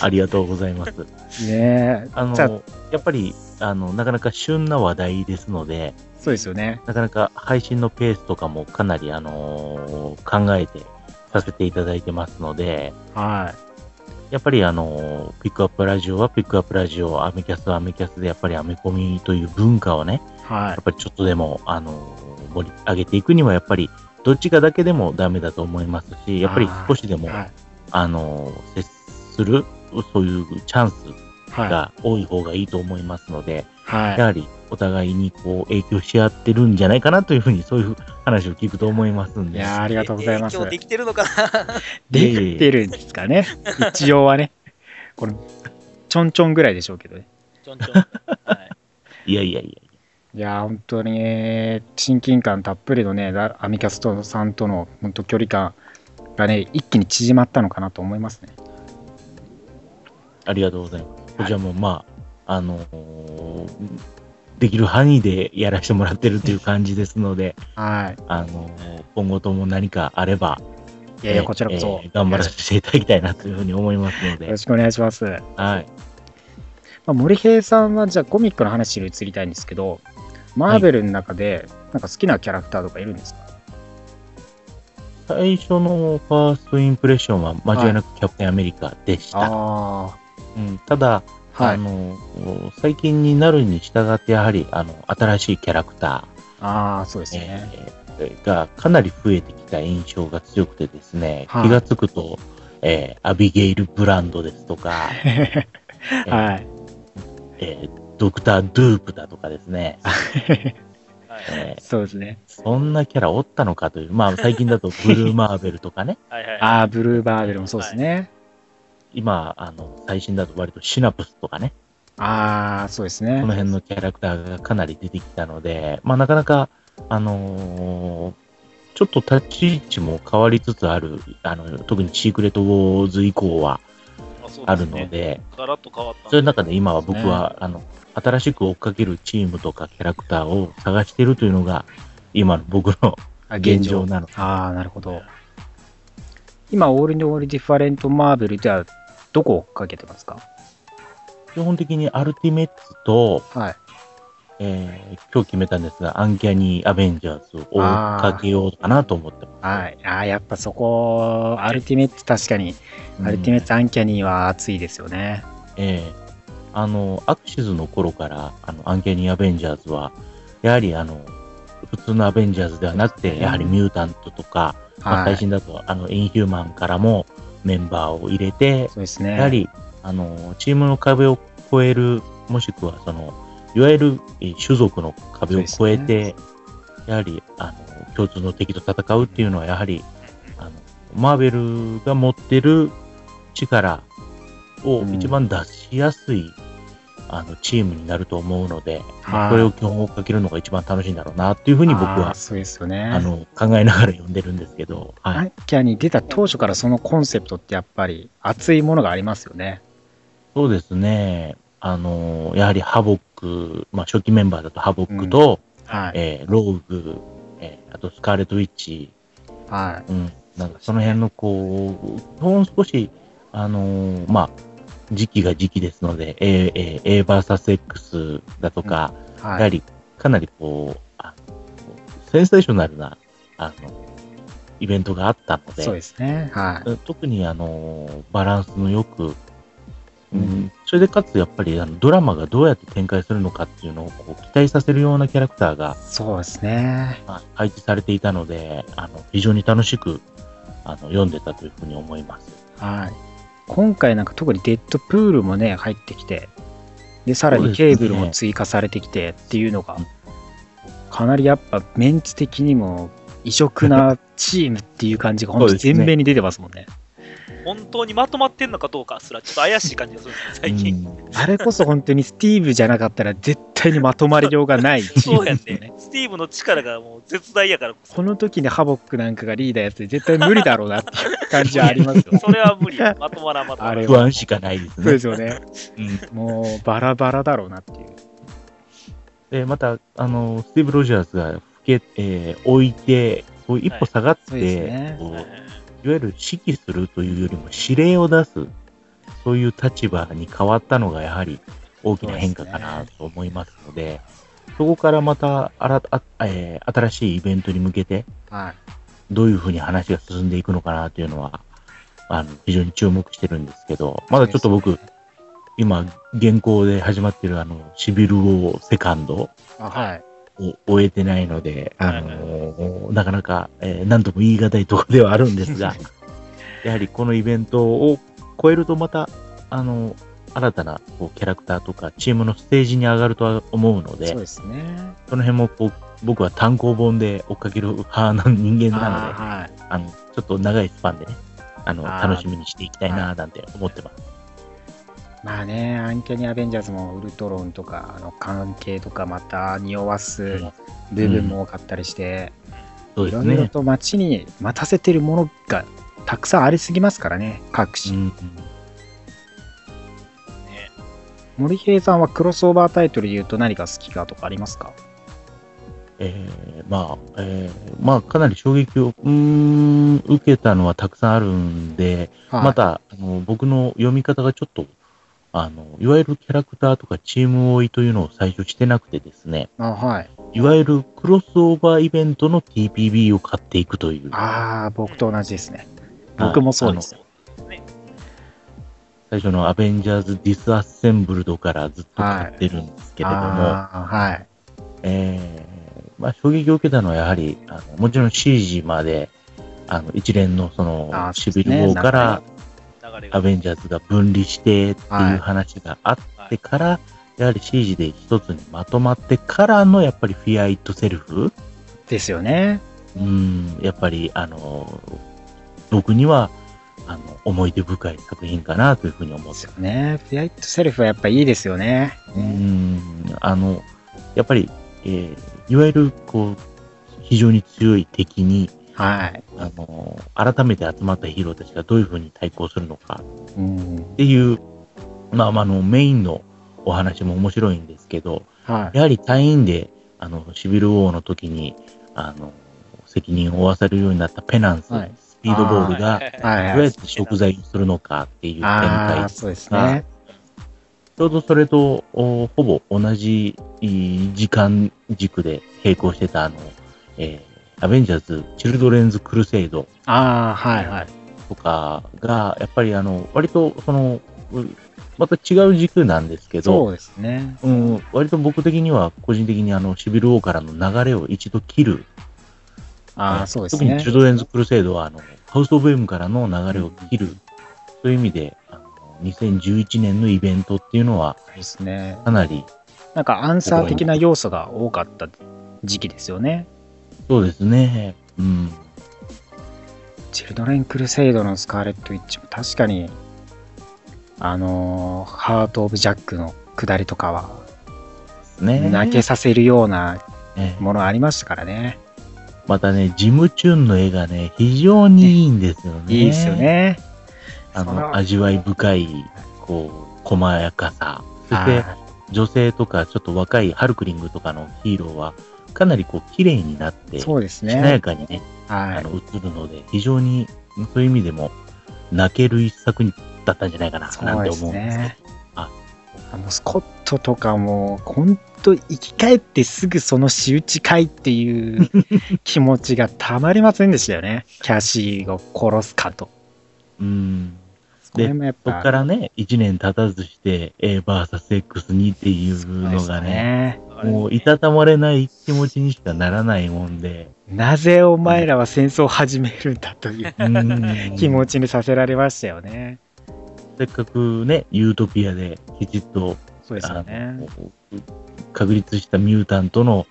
Speaker 4: ありがとうございます。
Speaker 2: ねえ
Speaker 4: あの
Speaker 2: じゃあ、
Speaker 4: やっぱり、あの、なかなか旬な話題ですので、
Speaker 2: そうですよね
Speaker 4: なかなか配信のペースとかもかなり、あのー考えてさせていただいてますので、
Speaker 2: はい
Speaker 4: やっぱりあの、ピックアップラジオはピックアップラジオ、アメキャスはアメキャスで、やっぱりアメコミという文化をね、
Speaker 2: はい
Speaker 4: やっぱりちょっとでも、あの、盛り上げていくには、やっぱり、どっちかだけでもダメだと思いますし、やっぱり少しでも、
Speaker 2: は
Speaker 4: あ
Speaker 2: い
Speaker 4: の、接する、そういうチャンス
Speaker 2: は
Speaker 4: が多い方がいいと思いますので、
Speaker 2: い。はい
Speaker 4: や。はりお互いにこう影響し合ってるんじゃないかなというふうに、そういう話を聞くと思いますん
Speaker 2: い
Speaker 4: で。
Speaker 2: やーありがとうございます。
Speaker 3: 影響
Speaker 2: で
Speaker 3: できてるのかな
Speaker 2: きてるんですかね。一応はね。これ、ちょんちょんぐらいでしょうけどね。
Speaker 3: ちょんちょん。はい
Speaker 4: いやいやいや。
Speaker 2: いやー本当にね、親近感たっぷりのね、ラアミキャストさんとの本当距離感がね、一気に縮まったのかなと思いますね。
Speaker 4: ありがとうございます。こちらも、まあ、あのーできる範囲でやらせてもらってるという感じですので、
Speaker 2: は
Speaker 4: あのー今後とも何かあれば、
Speaker 2: い。いやいや、こちらこそ
Speaker 4: え。ー頑張らせていただきたいなというふうに思いますの
Speaker 2: よろ
Speaker 4: で、
Speaker 2: しくお願いします。ま
Speaker 4: はい。
Speaker 2: あ、森平さんは、じゃあコミックの話に移りたいんですけど、マーベルの中で、なんか好きなキャラクターとかいるんですか、
Speaker 4: 最初のファーストインプレッションは間違いなくキャプテンアメリカでした。
Speaker 2: あ
Speaker 4: うん、ただ、
Speaker 2: あ、は
Speaker 4: あ
Speaker 2: い。
Speaker 4: の、最近になるに従って、やはり、あの、新しいキャラクタ
Speaker 2: ああ、そうです
Speaker 4: ー、
Speaker 2: よね。
Speaker 4: えーがかなり増えてきた印象が強くてですね、
Speaker 2: はい
Speaker 4: 気がつくと、えーアビゲイル・ブランドです とか、えー
Speaker 2: はい。
Speaker 4: えードクター・ドゥープだとかで すね、
Speaker 3: はい
Speaker 4: えー
Speaker 2: そうですね。
Speaker 4: そんなキャラおったのかという、まあ、最近だとブルー・マーベルとかね、
Speaker 3: はいはいはい。
Speaker 2: ああ、ブルーバーベルもそうですね。
Speaker 4: 今、あの、最新だと割とシナプスとかね、
Speaker 2: ああ、そうですね
Speaker 4: こ。の辺のキャラクターがかなり出てきたので、まあ、なかなか、あのーちょっと立ち位置も変わりつつある、あの特にシークレットウォーズ以降は
Speaker 3: あそう
Speaker 4: あ
Speaker 3: です
Speaker 4: る
Speaker 3: ね
Speaker 4: ので、
Speaker 3: ガラッと変わったんで。
Speaker 4: そういう中で今は僕は、あの新しく追っかけるチームとかキャラクターを探しているというのが、今の僕の
Speaker 2: あ
Speaker 4: 現状なの。
Speaker 2: ああ、なるほど。今、オールニオールディファレントマーベルでは、どこを追っかけてますか
Speaker 4: 基本的にアルティメッツと、
Speaker 2: はい。
Speaker 4: えー今日決めたんですが、アンキャニー・アベンジャーズを追っかけようかなと思ってます。
Speaker 2: はい。ああ、やっぱそこ、アルティメット確かに、
Speaker 4: うん
Speaker 2: アルティメットアンキャニーは熱いですよね。
Speaker 4: ええあの、アクシズの頃から、あの、アンケニー・アベンジャーズは、やはりあの、普通のアベンジャーズではなくて、やはりミュータントとか、まあ、
Speaker 2: は
Speaker 4: 最
Speaker 2: い。
Speaker 4: 新だと、あの、インヒューマンからもメンバーを入れて、
Speaker 2: そうですね。
Speaker 4: やはり、あの、チームの壁を越える、もしくはその、いわゆるえー種族の壁を越え
Speaker 2: そう
Speaker 4: て、やはり、あの、共通の敵と戦うっていうのは、やはり、あの、マーベルが持ってる力を
Speaker 2: うん
Speaker 4: 一番出しやすい、あの、チームになると思うので、
Speaker 2: はい
Speaker 4: これを基本をかけるのが一番楽しいんだろうな、っていうふうに僕
Speaker 2: ああ
Speaker 4: は、
Speaker 2: そうですよね。
Speaker 4: あの、考えながら読んでるんですけど、はい。
Speaker 2: アンキャニー出た当初からそのコンセプトってやっぱり熱いものがありますよね。
Speaker 4: そうですね。あの、やはりハボック、まあ、初期メンバーだとハボックと、
Speaker 2: はい。
Speaker 4: えーローグ、えーあとスカーレット・ウィッチ、
Speaker 2: はい。
Speaker 4: うん、なんかその辺のこう、ほん少し、あのーまあ、時期が時期ですので、A、えー、A バーサス X だとか、
Speaker 2: は
Speaker 4: やはりかなりこう、あセンセーショナルな、あの、イベントがあったので、
Speaker 2: そうですね。はい。
Speaker 4: 特にあのバランスのよく、
Speaker 2: う
Speaker 4: う、
Speaker 2: ん
Speaker 4: それでかつやっぱりあのドラマがどうやって展開するのかっていうのをこう期待させるようなキャラクターが
Speaker 2: そうですね。
Speaker 4: まあ配置されていたのであの非常に楽しくあの読んでたというふうに思います。
Speaker 2: はい。今回なんか特にデッドプールもね、入ってきて、で、さら
Speaker 4: そう
Speaker 2: に
Speaker 4: ですね
Speaker 2: ケーブルも追加されてきてっていうのが、かなりやっぱメンツ的にも異色なチームっていう感じが、ほん
Speaker 4: そ
Speaker 2: と
Speaker 4: うですね
Speaker 2: 全米に出てますもんね。
Speaker 3: 本当にまとまってんのかどうかすら、ちょっと怪しい感じがするんですよ、最 近。
Speaker 4: うん
Speaker 2: あれこそ本当にスティーブじゃなかったら絶対にまとまりようがないチー
Speaker 3: そ
Speaker 2: ム
Speaker 3: うや
Speaker 2: で
Speaker 3: ん
Speaker 2: すよね
Speaker 3: ね。。スティーブの力がもう絶大やからこそ。
Speaker 2: この時にハボックなんかがリーダーやって絶対無理だろうなっていう感じはありますよね。
Speaker 3: それは無理。 まとまらんまとま
Speaker 2: あ
Speaker 3: らん
Speaker 2: れ
Speaker 4: 不安しかないです
Speaker 2: そうで
Speaker 4: ね。
Speaker 2: すよね。
Speaker 4: うん
Speaker 2: もうバラバラだろうなっていう。
Speaker 4: でまたあのスティーブ・ロジャーズが吹け、えー置いてこう一歩下が
Speaker 2: は
Speaker 4: っ
Speaker 2: いそう
Speaker 4: て、
Speaker 2: ですね
Speaker 4: こう
Speaker 3: はい
Speaker 4: いわゆる指揮するというよりも指令を出す、そういう立場に変わったのがやはり大きな変化かなと思いますので、そこからまた新た、あえー新しいイベントに向けて、
Speaker 2: はい。
Speaker 4: どういうふうに話が進んでいくのかなというのは、あの非常に注目してるんですけど、まだちょっと僕、今、現行で始まってるあのシビルをセカンド
Speaker 2: あはい。
Speaker 4: を終えてないので、
Speaker 2: は
Speaker 4: あ
Speaker 2: い
Speaker 4: のーなかなか、えー何とも言い難いところで はあるんですが、やはりこのイベントを超えるとまた、あのー新たなこうキャラクターとかチームのステージに上がるとは思うので、
Speaker 2: そう
Speaker 4: そ
Speaker 2: ですね。
Speaker 4: の辺もこう僕は単行本で追っかける派の人間なので、
Speaker 2: あーはい
Speaker 4: あの、ちょっと長いスパンでね、あの、
Speaker 2: あー
Speaker 4: 楽しみにしていきたいな、なんて思ってます。
Speaker 2: まあね、アンキャニアベンジャーズもウルトロンとかあの関係とかまた匂わす部分も多かったりして、
Speaker 4: そう
Speaker 2: い
Speaker 4: で
Speaker 2: ろ
Speaker 4: す
Speaker 2: いろ
Speaker 4: ね。
Speaker 2: と街に待たせてるものがたくさんありすぎますからね、各
Speaker 4: う
Speaker 2: 種。
Speaker 4: ん。
Speaker 3: ね。
Speaker 2: 森平さんはクロスオーバータイトルで言うと何が好きかとかありますか
Speaker 4: えー、まあ、えー、まあ、かなり衝撃を、うーん、受けたのはたくさんあるんで、
Speaker 2: はい
Speaker 4: また、あの、僕の読み方がちょっと、あの、いわゆるキャラクターとかチーム追いというのを最初してなくてですね、
Speaker 2: あはい。
Speaker 4: いわゆるクロスオーバーイベントの TPB を買っていくという。
Speaker 2: ああ、僕と同じですね。僕もそうですよ。
Speaker 4: 最初のアベンジャーズ・ディス・アッセンブルドからずっと買ってるんですけれども、
Speaker 2: あーはい。
Speaker 4: えーまあ、衝撃を受けたのはやはり、あのもちろん CG まで、あの一連のそ
Speaker 2: あ
Speaker 4: の
Speaker 2: ーそ
Speaker 4: シ
Speaker 2: うです
Speaker 4: ビ
Speaker 2: ね
Speaker 4: ルウォーから
Speaker 3: 流れが。
Speaker 4: アベンジャーズが分離してって
Speaker 2: はい
Speaker 4: いう話があってから、やはり CG で一つにまとまってからのやっぱりフィアイットセルフ、
Speaker 2: ですよね。
Speaker 4: うん、やっぱりあの、僕にはあの思い出深い作品かなというふうに思
Speaker 2: で
Speaker 4: って
Speaker 2: すよね。フィアイットセルフはやっぱいいですよね。
Speaker 4: うーんあの、やっぱり、えーいわゆる、こう、非常に強い敵に、
Speaker 2: はい。
Speaker 4: あの、改めて集まったヒーローたちがどういうふうに対抗するのか
Speaker 2: うん。
Speaker 4: っていう、まあまあ、あの、メインのお話も面白いんですけど、
Speaker 2: はい。
Speaker 4: やはり隊員で、あの、シビル王の時に、あの、責任を負わされるようになったペナンス、
Speaker 2: はい
Speaker 4: スピードボールが、い
Speaker 3: はい
Speaker 2: はい
Speaker 4: わ
Speaker 2: はい
Speaker 4: ゆる食材をするのかっていう展
Speaker 2: ああ、
Speaker 4: 開
Speaker 2: そうですね。
Speaker 4: ちょうどそれとおほぼ同じいい時間軸で並行してたあの、えーアベンジャーズ・チルドレンズ・クルセイド
Speaker 2: ああ、はいはい。
Speaker 4: とかが、やっぱりあの、割とその、うまた違う軸なんですけ
Speaker 2: そ
Speaker 4: ど、
Speaker 2: うですね。
Speaker 4: うん、割と僕的には、個人的にあの、シビル王からの流れを一度切る。
Speaker 2: ああ、そうです
Speaker 4: 特に
Speaker 2: ね
Speaker 4: チ。ルドレンズ・クルセイドは、あの、ハウス・オブ・エムからの流れを切る。そういう意味で、あの2011年のイベントっていうのは、
Speaker 2: そうですね。
Speaker 4: かなり、
Speaker 2: なんかアンサー的な要素が多かった時期ですよね。
Speaker 4: そうですね、うん。
Speaker 2: チルドレン・クルセイドのスカーレット・ウィッチも確かに、あのーハート・オブ・ジャックの下りとかは、
Speaker 4: ね。
Speaker 2: 泣けさせるような
Speaker 4: ね
Speaker 2: ものありましたからね。
Speaker 4: またね、ジムチュンの絵がね、非常にいいんですよね。
Speaker 2: いいですよ。ね。そ
Speaker 4: あ
Speaker 2: の
Speaker 4: の、味わい深い、こう、細やかさ。そして、
Speaker 2: あ
Speaker 4: 女性とか、ちょっと若いハルクリングとかのヒーローは、かなりこう、綺麗になって、
Speaker 2: ー
Speaker 4: し
Speaker 2: そうです
Speaker 4: なや
Speaker 2: ね。
Speaker 4: かにね、
Speaker 2: は
Speaker 4: あ
Speaker 2: い
Speaker 4: の、。映るので、非常に、そういう意味でも、泣ける一作だったんじゃないかな、
Speaker 2: そ
Speaker 4: な
Speaker 2: うん
Speaker 4: て
Speaker 2: です
Speaker 4: 思うんですけど
Speaker 2: ね。
Speaker 4: あ
Speaker 2: あのスコットとかも、本当、生き返ってすぐその仕打ち会っていう気持ちがたまりませんでしたよ ね。キャシーを殺すかと。
Speaker 4: うん。
Speaker 2: これもやっ
Speaker 4: そ
Speaker 2: ぱ、
Speaker 4: こからね、1年経たずして、A バーサス X2 っていうのがね、
Speaker 2: ね。
Speaker 4: もういたたまれない気持ちにしかならないもんで、
Speaker 2: なぜお前らは戦争を始めるんだという 気持
Speaker 4: ち。
Speaker 2: ちにさせられましたよね。
Speaker 4: せっかくね、ユートピアできちっと、
Speaker 2: そうですよね。
Speaker 4: あの確立したミュータントの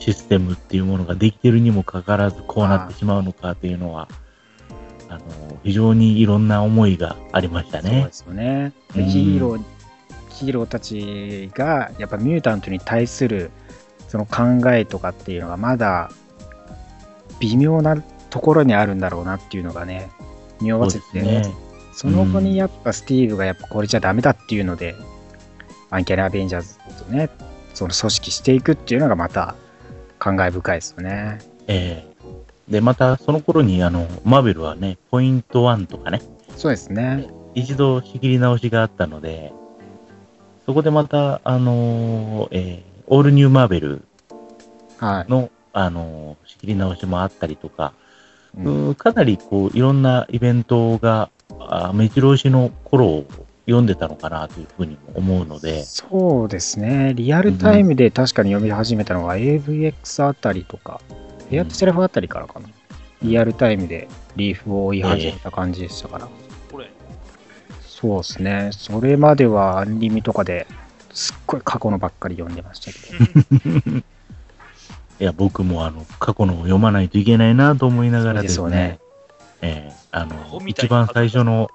Speaker 4: システムっていうものができてるにもかかわらず、こうなってしまうのかっていうのは、あの非常にいろんな思いがありました
Speaker 2: そうで
Speaker 4: ね。
Speaker 2: すよね。
Speaker 4: う
Speaker 2: で
Speaker 4: ん
Speaker 2: ヒーロー、ヒーローたちが、やっぱミュータントに対するその考えとかっていうのがまだ微妙なところにあるんだろうなっていうのがね、匂わせて、
Speaker 4: そうですね
Speaker 2: その後にやっぱスティーブがやっぱこれじゃダメだっていうので、アンキャラ・アベンジャーズとね、その組織していくっていうのがまた感慨深いですよね。
Speaker 4: ええで、またその頃にあの、マーベルはね、ポイント1とかね、
Speaker 2: そうですね。
Speaker 4: 一度仕切り直しがあったので、そこでまた、あのーえーオールニューマーベル
Speaker 2: はい。
Speaker 4: の、あのー仕切り直しもあったりとか、
Speaker 2: う
Speaker 4: うーかなりこう、いろんなイベントが、あー目白押しの頃を読んでたのかなというふうにも思うので、
Speaker 2: そうですね。リアルタイムで確かに読み始めたのが AVX あたりとか、エアとセルフあたりからかな。リアルタイムでリーフを追い始めた感じでしたから。
Speaker 3: これ、
Speaker 2: そうですね。それまではアンリミとかですっごい過去のばっかり読んでましたけど。
Speaker 4: いや、僕もあの、過去のを読まないといけないなと思いながらです
Speaker 2: そうですよね
Speaker 4: ね。ええあの
Speaker 3: 本、みたい
Speaker 4: 一
Speaker 3: な
Speaker 4: 番最初の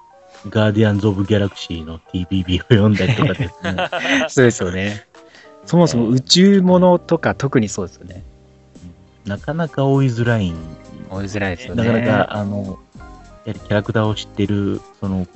Speaker 4: ガーディアンズ・オブ・ギャラクシーの TPB を読んだりとかですね。
Speaker 2: そうですよね。そもそも宇宙ものとか特にそうですよね。
Speaker 4: なかなか追いづらいん
Speaker 2: 追いづらいですよね。
Speaker 4: なかなか、あの、やはりキャラクターを知ってる、その、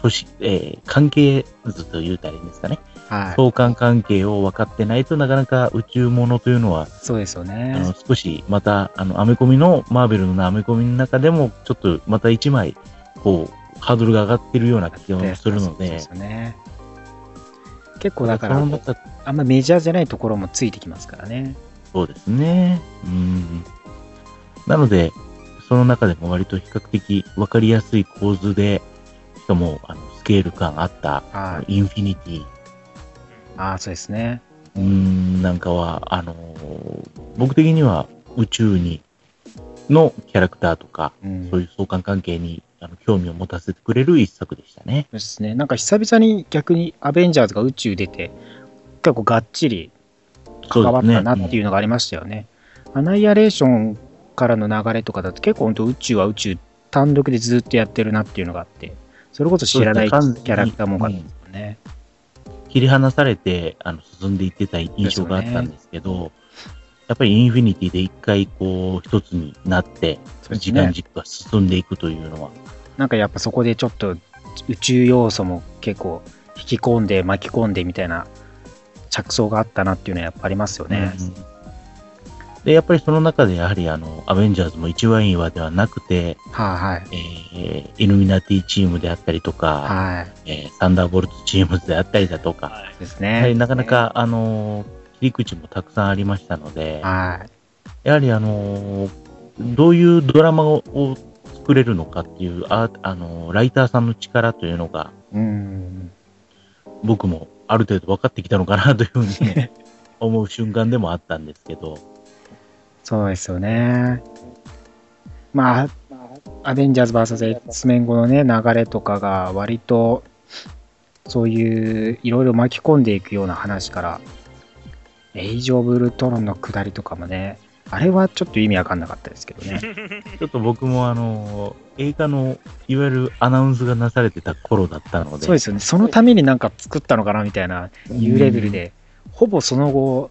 Speaker 4: 組織、えー関係図と言うたらいいんですかね。
Speaker 2: はい。
Speaker 4: 相関関係を分かってないとなかなか宇宙ものというのは、
Speaker 2: そうですよ
Speaker 4: あ
Speaker 2: ね
Speaker 4: の。少しまた、あの、アメコミの、マーベルのアメコミの中でも、ちょっとまた一枚、こう、ハードルが上がってるような気がするの
Speaker 2: そう
Speaker 4: で、
Speaker 2: す
Speaker 4: そ
Speaker 2: よね。結構だから、
Speaker 4: の中
Speaker 2: あんまメジャーじゃないところもついてきますからね。
Speaker 4: そうですね。うん。なので、その中でも割と比較的分かりやすい構図で、しかもあのスケール感あった、
Speaker 2: はい。
Speaker 4: インフィニティ、
Speaker 2: ああ、そうですね。
Speaker 4: うん、なんかは、あのー僕的には宇宙に、のキャラクターとか、
Speaker 2: うん。
Speaker 4: そ
Speaker 2: そうう
Speaker 4: いう相関関係にあの興味を持たせてくれる一作でしたね。
Speaker 2: ですね。なんか久々に逆にアベンジャーズが宇宙出て、結構がっちり関わったなっていうのがありましたよね。アナイアレーションからの流れとかだと結構本当宇宙は宇宙単独でずっとやってるなっていうのがあって、それこそ知らないキ
Speaker 4: そうですね
Speaker 2: ャラクターも多かったですよね。
Speaker 4: 切り離されてあの進んでいってた印象があったんですけど、やっぱりインフィニティで一回こう一つになって、
Speaker 2: そうです
Speaker 4: 時
Speaker 2: ね
Speaker 4: 間軸が進んでいくというのは、
Speaker 2: なんかやっぱそこでちょっと宇宙要素も結構引き込んで巻き込んでみたいな着想があったなっていうのはやっぱありますよね。
Speaker 4: うんで、やっぱりその中でやはりあの、アベンジャーズも一話一話ではなくて、
Speaker 2: はい
Speaker 4: えーイルミナティチームであったりとか、
Speaker 2: はい。はい。
Speaker 4: えーサンダーボルトチームであったりだとか、
Speaker 3: はい
Speaker 2: です
Speaker 4: やは
Speaker 2: ね。
Speaker 4: りなかなか、あのー切り口もたくさんありましたので、
Speaker 2: は
Speaker 4: やはりあのーどういうドラマをを作れるのかっていう、ああのーライターさんの力というのが、
Speaker 2: い。うん。
Speaker 4: 僕もある程度分かってきたのかなというふうに ね思う瞬間でもあったんですけど、
Speaker 2: そうですよね。まあ、アベンジャーズ VS スメン後のね、流れとかが割と、そういういろいろ巻き込んでいくような話から、エイジ・オブ・ウルトロンの下りとかもね、あれはちょっと意味わかんなかったですけど ね。
Speaker 4: ちょっと僕もあのー映画のいわゆるアナウンスがなされてた頃だったので、
Speaker 2: そうですよね。そのためになんか作ったのかなみたいな、いうレベルで、ほぼその後、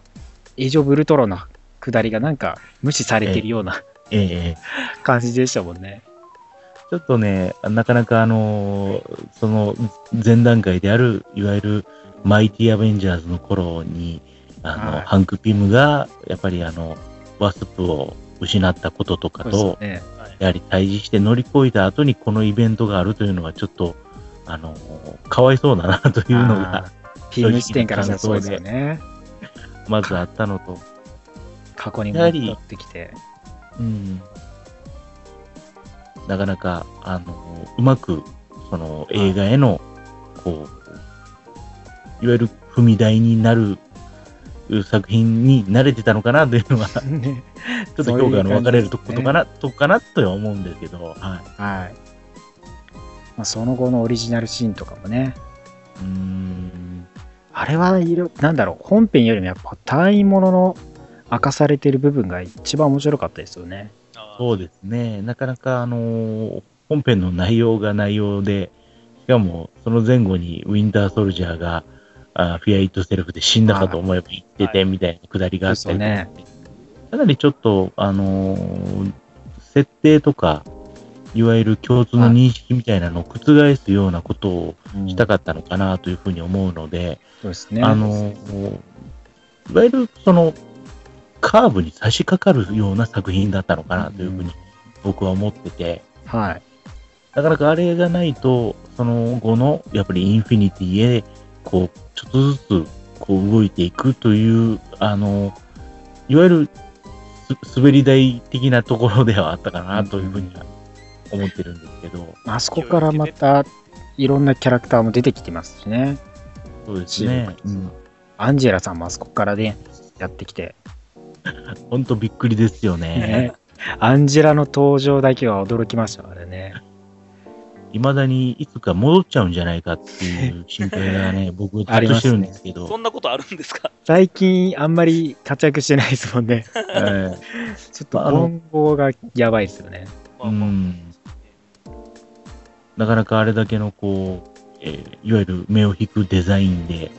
Speaker 2: エイジ・オブ・ウルトロンの下りがなんか無視されてるような
Speaker 4: ええ
Speaker 2: 感じでしたもんね。
Speaker 4: ちょっとね、なかなかあのーその前段階である、いわゆるマイティアベンジャーズの頃に、あの、
Speaker 2: はい
Speaker 4: ハンク・ピムが、やっぱりあの、ワスプを失ったこととか
Speaker 2: そう
Speaker 4: と、
Speaker 2: ですよね。
Speaker 4: やはり対峙して乗り越えた後にこのイベントがあるというのは、ちょっと、あのーかわいそうだなというのが、
Speaker 2: ピーム視点からしたらそうですよね。
Speaker 4: まずあったのと、
Speaker 2: 過去に戻ってきて。
Speaker 4: うん。なかなか、あのーうまく、その映画への、こう、いわゆる踏み台になるう作品に慣れてたのかなというのは、ち
Speaker 2: ね
Speaker 4: ょっと評価の分かれるとこ
Speaker 2: そういう感じですね
Speaker 4: とかな、とこかなとは思うんですけど、は
Speaker 2: はい。まあ、その後のオリジナルシーンとかもね。
Speaker 4: い。うん。
Speaker 2: あれはいろ、なんだろう、本編よりもやっぱ単位ものの明かされてる部分が一番面白かったですよね。
Speaker 3: あー
Speaker 4: そうですね。なかなか、あのー本編の内容が内容で、しかも、その前後にウィンターソルジャーが、あフィアイトセルフで死んだかと思えば生きてて、みたいなくだりがあったりとか
Speaker 2: ですよ
Speaker 4: かなりちょっと、あのー設定とか、いわゆる共通の認識みたいなのを覆すようなことを
Speaker 2: うん
Speaker 4: したかったのかなというふうに思うので、
Speaker 2: そうですね。
Speaker 4: あのーいわゆるその、カーブに差し掛かるような作品だったのかなというふう
Speaker 2: うん
Speaker 4: に僕は思ってて、
Speaker 2: はい。
Speaker 4: なかなかあれがないと、その後の、やっぱりインフィニティへ、こう、ちょっとずつ、こう、動いていくという、あの、いわゆるす、滑り台的なところではあったかな、というふうには思ってるんですけど、
Speaker 2: まああそこからまたいろんなキャラクターも出てきてますしね。
Speaker 4: そうですね。うん
Speaker 2: アンジェラさんもあそこからね、やってきて。
Speaker 4: ほんとびっく りですよね。
Speaker 2: ね、アンジェラの登場だけは驚きましたからね。
Speaker 4: 未だにいつか戻っちゃうんじゃないかっていう心配が ね、僕ずっ
Speaker 2: あり
Speaker 4: と
Speaker 2: ますね
Speaker 4: してるんですけど。
Speaker 3: そんなことあるんですか
Speaker 2: 最近あんまり活躍してないですもんね。
Speaker 4: え
Speaker 2: ちょっと今後がやばいですよね。
Speaker 4: えうんなかなかあれだけのこう、えーいわゆる目を引くデザインで、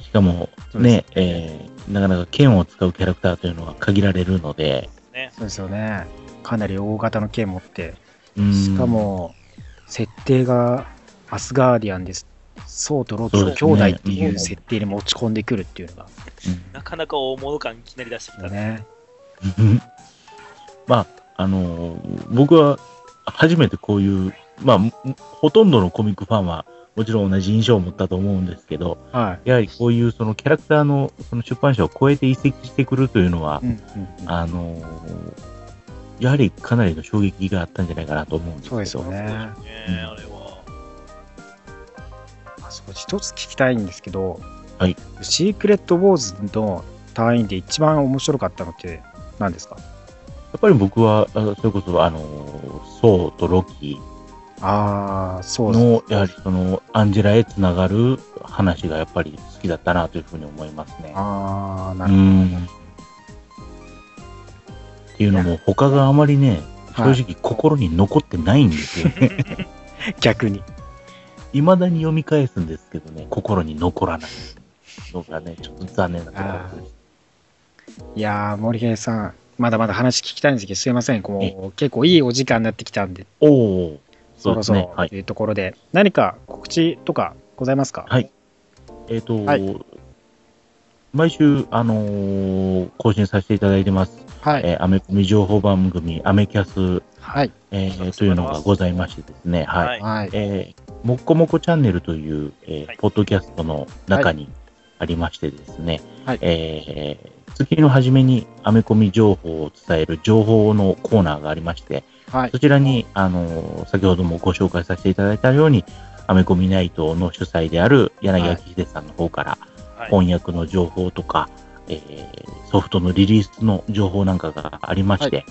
Speaker 4: しかも
Speaker 2: そうで
Speaker 4: ね、えーなかなか剣を使うキャラクターというのは限られるので、
Speaker 3: ね
Speaker 2: そうですよね。かなり大型の剣持って、
Speaker 4: うん
Speaker 2: しか、も、設定がアスガーディアンです。ソーとロキの兄
Speaker 4: そうですね
Speaker 2: 弟っていう設定に持ち込んでくるっていうのが、
Speaker 4: うん
Speaker 3: なかなか大物感いきなり出してきたね。
Speaker 2: ね。
Speaker 4: まあ、あのー僕は初めてこういう、まあ、もほとんどのコミックファンは、もちろん同じ印象を持ったと思うんですけど、
Speaker 2: は
Speaker 4: やはりこういうそのキャラクターのその出版社を超えて移籍してくるというのは、
Speaker 2: い。うんうんうん
Speaker 4: あのーやはりかなりの衝撃があったんじゃないかなと思うんですけど
Speaker 2: そうですよね。
Speaker 3: ね
Speaker 4: う
Speaker 3: あ
Speaker 4: ん
Speaker 3: れは。
Speaker 2: あそこ一つ聞きたいんですけど、
Speaker 4: はい
Speaker 2: シークレット・ウォーズの単位で一番面白かったのって何ですか
Speaker 4: やっぱり僕は、あそれこそ、あのーソーとロキ
Speaker 2: ああ、そうです
Speaker 4: の、やはりその、アンジェラへつながる話がやっぱり好きだったなというふうに思いますね。
Speaker 2: ああ、な
Speaker 4: う
Speaker 2: るほ
Speaker 4: ん。っていうのも、他があまりね、
Speaker 2: ど。はい
Speaker 4: 正直心に残ってないんですよね。
Speaker 2: 逆に。
Speaker 4: いまだに読み返すんですけどね、心に残らないのがね、ちょっと残念なところです。
Speaker 2: いやー、森平さん、まだまだ話聞きたいんですけど、すいません、
Speaker 4: え
Speaker 2: こう結構いいお時間になってきたんで、
Speaker 4: おおー、
Speaker 2: そろそろ
Speaker 4: はい
Speaker 2: と。いうところで、何か告知とかございますか、
Speaker 4: はいえっ、と、
Speaker 2: は
Speaker 4: 毎週、あのー更新させていただいてます。
Speaker 2: はい
Speaker 4: えーアメコミ情報番組、アメキャス、
Speaker 2: はい。
Speaker 4: えーというのがございましてですね、はい。
Speaker 3: はい。
Speaker 2: はい。
Speaker 4: えーもっこもこチャンネルという、えー
Speaker 3: はい
Speaker 4: ポッドキャストの中にありましてですね、
Speaker 2: はい
Speaker 4: えー月の初めにアメコミ情報を伝える情報のコーナーがありまして、
Speaker 2: はい
Speaker 4: そ。ちらに、あのー先ほどもご紹介させていただいたように、アメコミナイトの主催である柳明秀さんの方から、
Speaker 3: はい
Speaker 4: 翻訳の情報とか、えーソフトのリリースの情報なんかがありまして、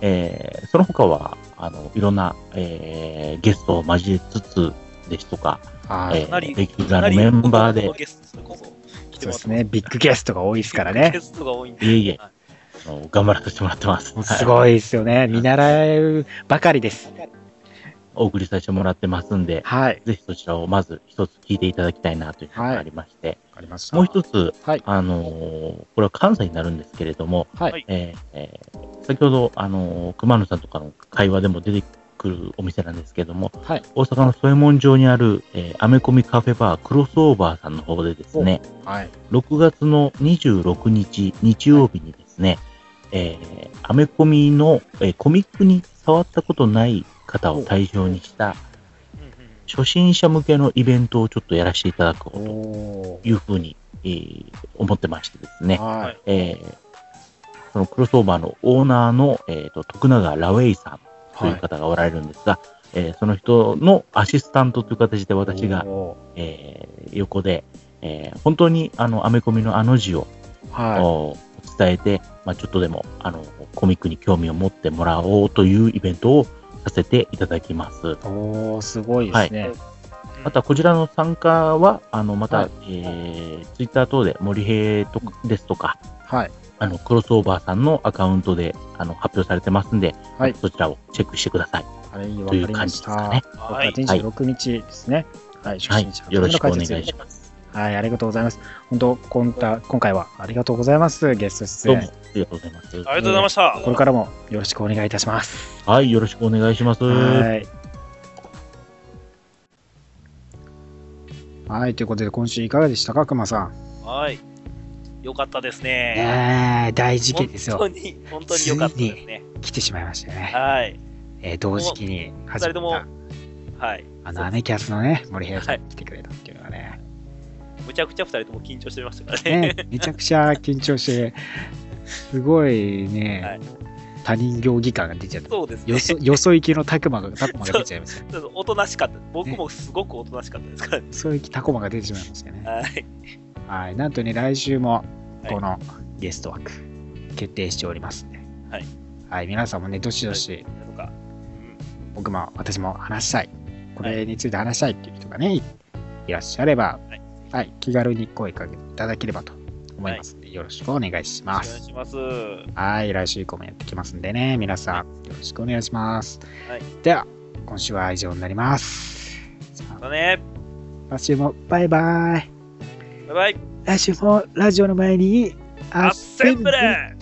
Speaker 4: えーその他はあのいろんな、えーゲストを交えつつですとか、
Speaker 2: は
Speaker 4: え
Speaker 2: い
Speaker 4: ー
Speaker 3: かなり
Speaker 4: レギュラーのメンバーで
Speaker 3: かなり大物のゲストそれこそ来て
Speaker 2: そう
Speaker 3: もら
Speaker 2: でね、
Speaker 3: ってます
Speaker 2: ビッグゲストが多いですからね
Speaker 3: ゲ。ストが多いんで。
Speaker 4: いえいえ
Speaker 3: は
Speaker 4: あの頑張らせてもらってます。
Speaker 2: す
Speaker 4: はい
Speaker 2: ごいですよね。見習うばかりです。
Speaker 4: お送りさせてもらってますんで、
Speaker 2: はい。
Speaker 4: ぜひそちらをまず一つ聞いていただきたいなというのがありまして、
Speaker 2: わかりました。
Speaker 4: もう一つ、
Speaker 2: はい。
Speaker 4: あのーこれは関西になるんですけれども、
Speaker 2: はい
Speaker 4: えーえー先ほど、あのー熊野さんとかの会話でも出てくるお店なんですけれども、
Speaker 2: はい。
Speaker 4: 大阪の添右衛門町にある、えーアメコミカフェバークロスオーバーさんの方でですね、
Speaker 2: はい。
Speaker 4: 6月の26日日曜日にですね、えーアメコミの、えーコミックに触ったことない方を対象にした
Speaker 3: いうんうん
Speaker 4: 初心者向けのイベントをちょっとやらせていただこ
Speaker 2: お
Speaker 4: うと
Speaker 2: お
Speaker 4: いうふうに、えー思ってましてですね、
Speaker 2: ー。は
Speaker 3: はいい。
Speaker 4: えーそのクロスオーバーのオーナーの、えー、と徳永ラウェイさんという方がおられるんですが、えーその人のアシスタントという形で私が、
Speaker 2: お
Speaker 4: えー横で、えー本当にあのアメコミのあの字を、
Speaker 2: ーは
Speaker 4: お伝えて、まあ、ちょっとでもあのコミックに興味を持ってもらおうというイベントをさせていただきます。
Speaker 2: い。おおすごいですね。
Speaker 3: うん
Speaker 4: また、こちらの参加は、あの、また、
Speaker 2: はい
Speaker 4: えー、ツイッター等で、森平とかですとか、
Speaker 2: はい。
Speaker 4: あの、クロスオーバーさんのアカウントで、あの、発表されてますんで、
Speaker 2: はい
Speaker 4: そちらをチェックしてください。
Speaker 2: はい、わ
Speaker 4: と
Speaker 2: か
Speaker 4: い
Speaker 2: り
Speaker 4: う感
Speaker 2: ま
Speaker 4: じ
Speaker 2: し
Speaker 4: ですか
Speaker 2: た。
Speaker 4: ね。
Speaker 3: は
Speaker 2: 6
Speaker 3: い。
Speaker 2: 月26日ですね。はい、初
Speaker 4: はい
Speaker 2: 心者。の
Speaker 4: よろしくお願い
Speaker 2: 解
Speaker 4: し
Speaker 2: 説
Speaker 4: ます。
Speaker 2: はい、ありがとうございます。本当、こんた今回はありがとうございます。ゲスト
Speaker 4: ど
Speaker 2: 出演
Speaker 4: うも、あ。りがとうございます。
Speaker 3: ありがとうございました。
Speaker 2: これからもよろしくお願いいたします。
Speaker 4: はい、よろしくお願いします。
Speaker 2: はい。はい、ということで、今週いかがでしたか、熊さん。
Speaker 3: はい。よかったですね。
Speaker 2: ねえ、大事件ですよ
Speaker 3: 本。当に、本当によかったですね。
Speaker 2: 来てしまいましたね。
Speaker 3: はい。
Speaker 2: えー同時期に始
Speaker 3: 二人と
Speaker 2: まっ
Speaker 3: も
Speaker 2: た、
Speaker 3: はい。
Speaker 2: あの、アメキャスのね、森平さんが来てくれたっていうのがね、
Speaker 3: むちゃくちゃ二人とも緊張してましたからね。
Speaker 2: ねめちゃくちゃ緊張して、すごいね、
Speaker 3: はい
Speaker 2: 他人行儀感が出ちゃった。
Speaker 3: そうですね
Speaker 2: よ。 そよそ行きのタクマが、タコマが出ちゃいました。
Speaker 3: ちょっとおとなしかった。僕もすごくおとなしかったですからね。
Speaker 2: よそ行きタコマが出てしまいましたね。
Speaker 3: はい。
Speaker 2: はい、なんとね、来週も
Speaker 3: はい
Speaker 2: このゲスト枠、決定しておりますんで、
Speaker 3: はい
Speaker 2: はい、皆さんもね、どしどし、
Speaker 3: とか。うん
Speaker 2: 僕も私も話したい、これについて話したいっていう人がね、いらっしゃれば、
Speaker 3: はい
Speaker 2: はい、気軽に声かけていただければと思いますので、よろしくお願いし
Speaker 3: お
Speaker 2: ま
Speaker 3: 願い
Speaker 2: す。
Speaker 3: します。は
Speaker 2: はい、来週以降もやってきますんでね、皆さん、よろしくお願いします。
Speaker 3: はい
Speaker 2: では、今週は以上になります。さあ
Speaker 3: だね。
Speaker 2: 来週もバイバイ。
Speaker 3: バイバイ。
Speaker 2: 来週もラジオの前に、
Speaker 3: アッセンブレ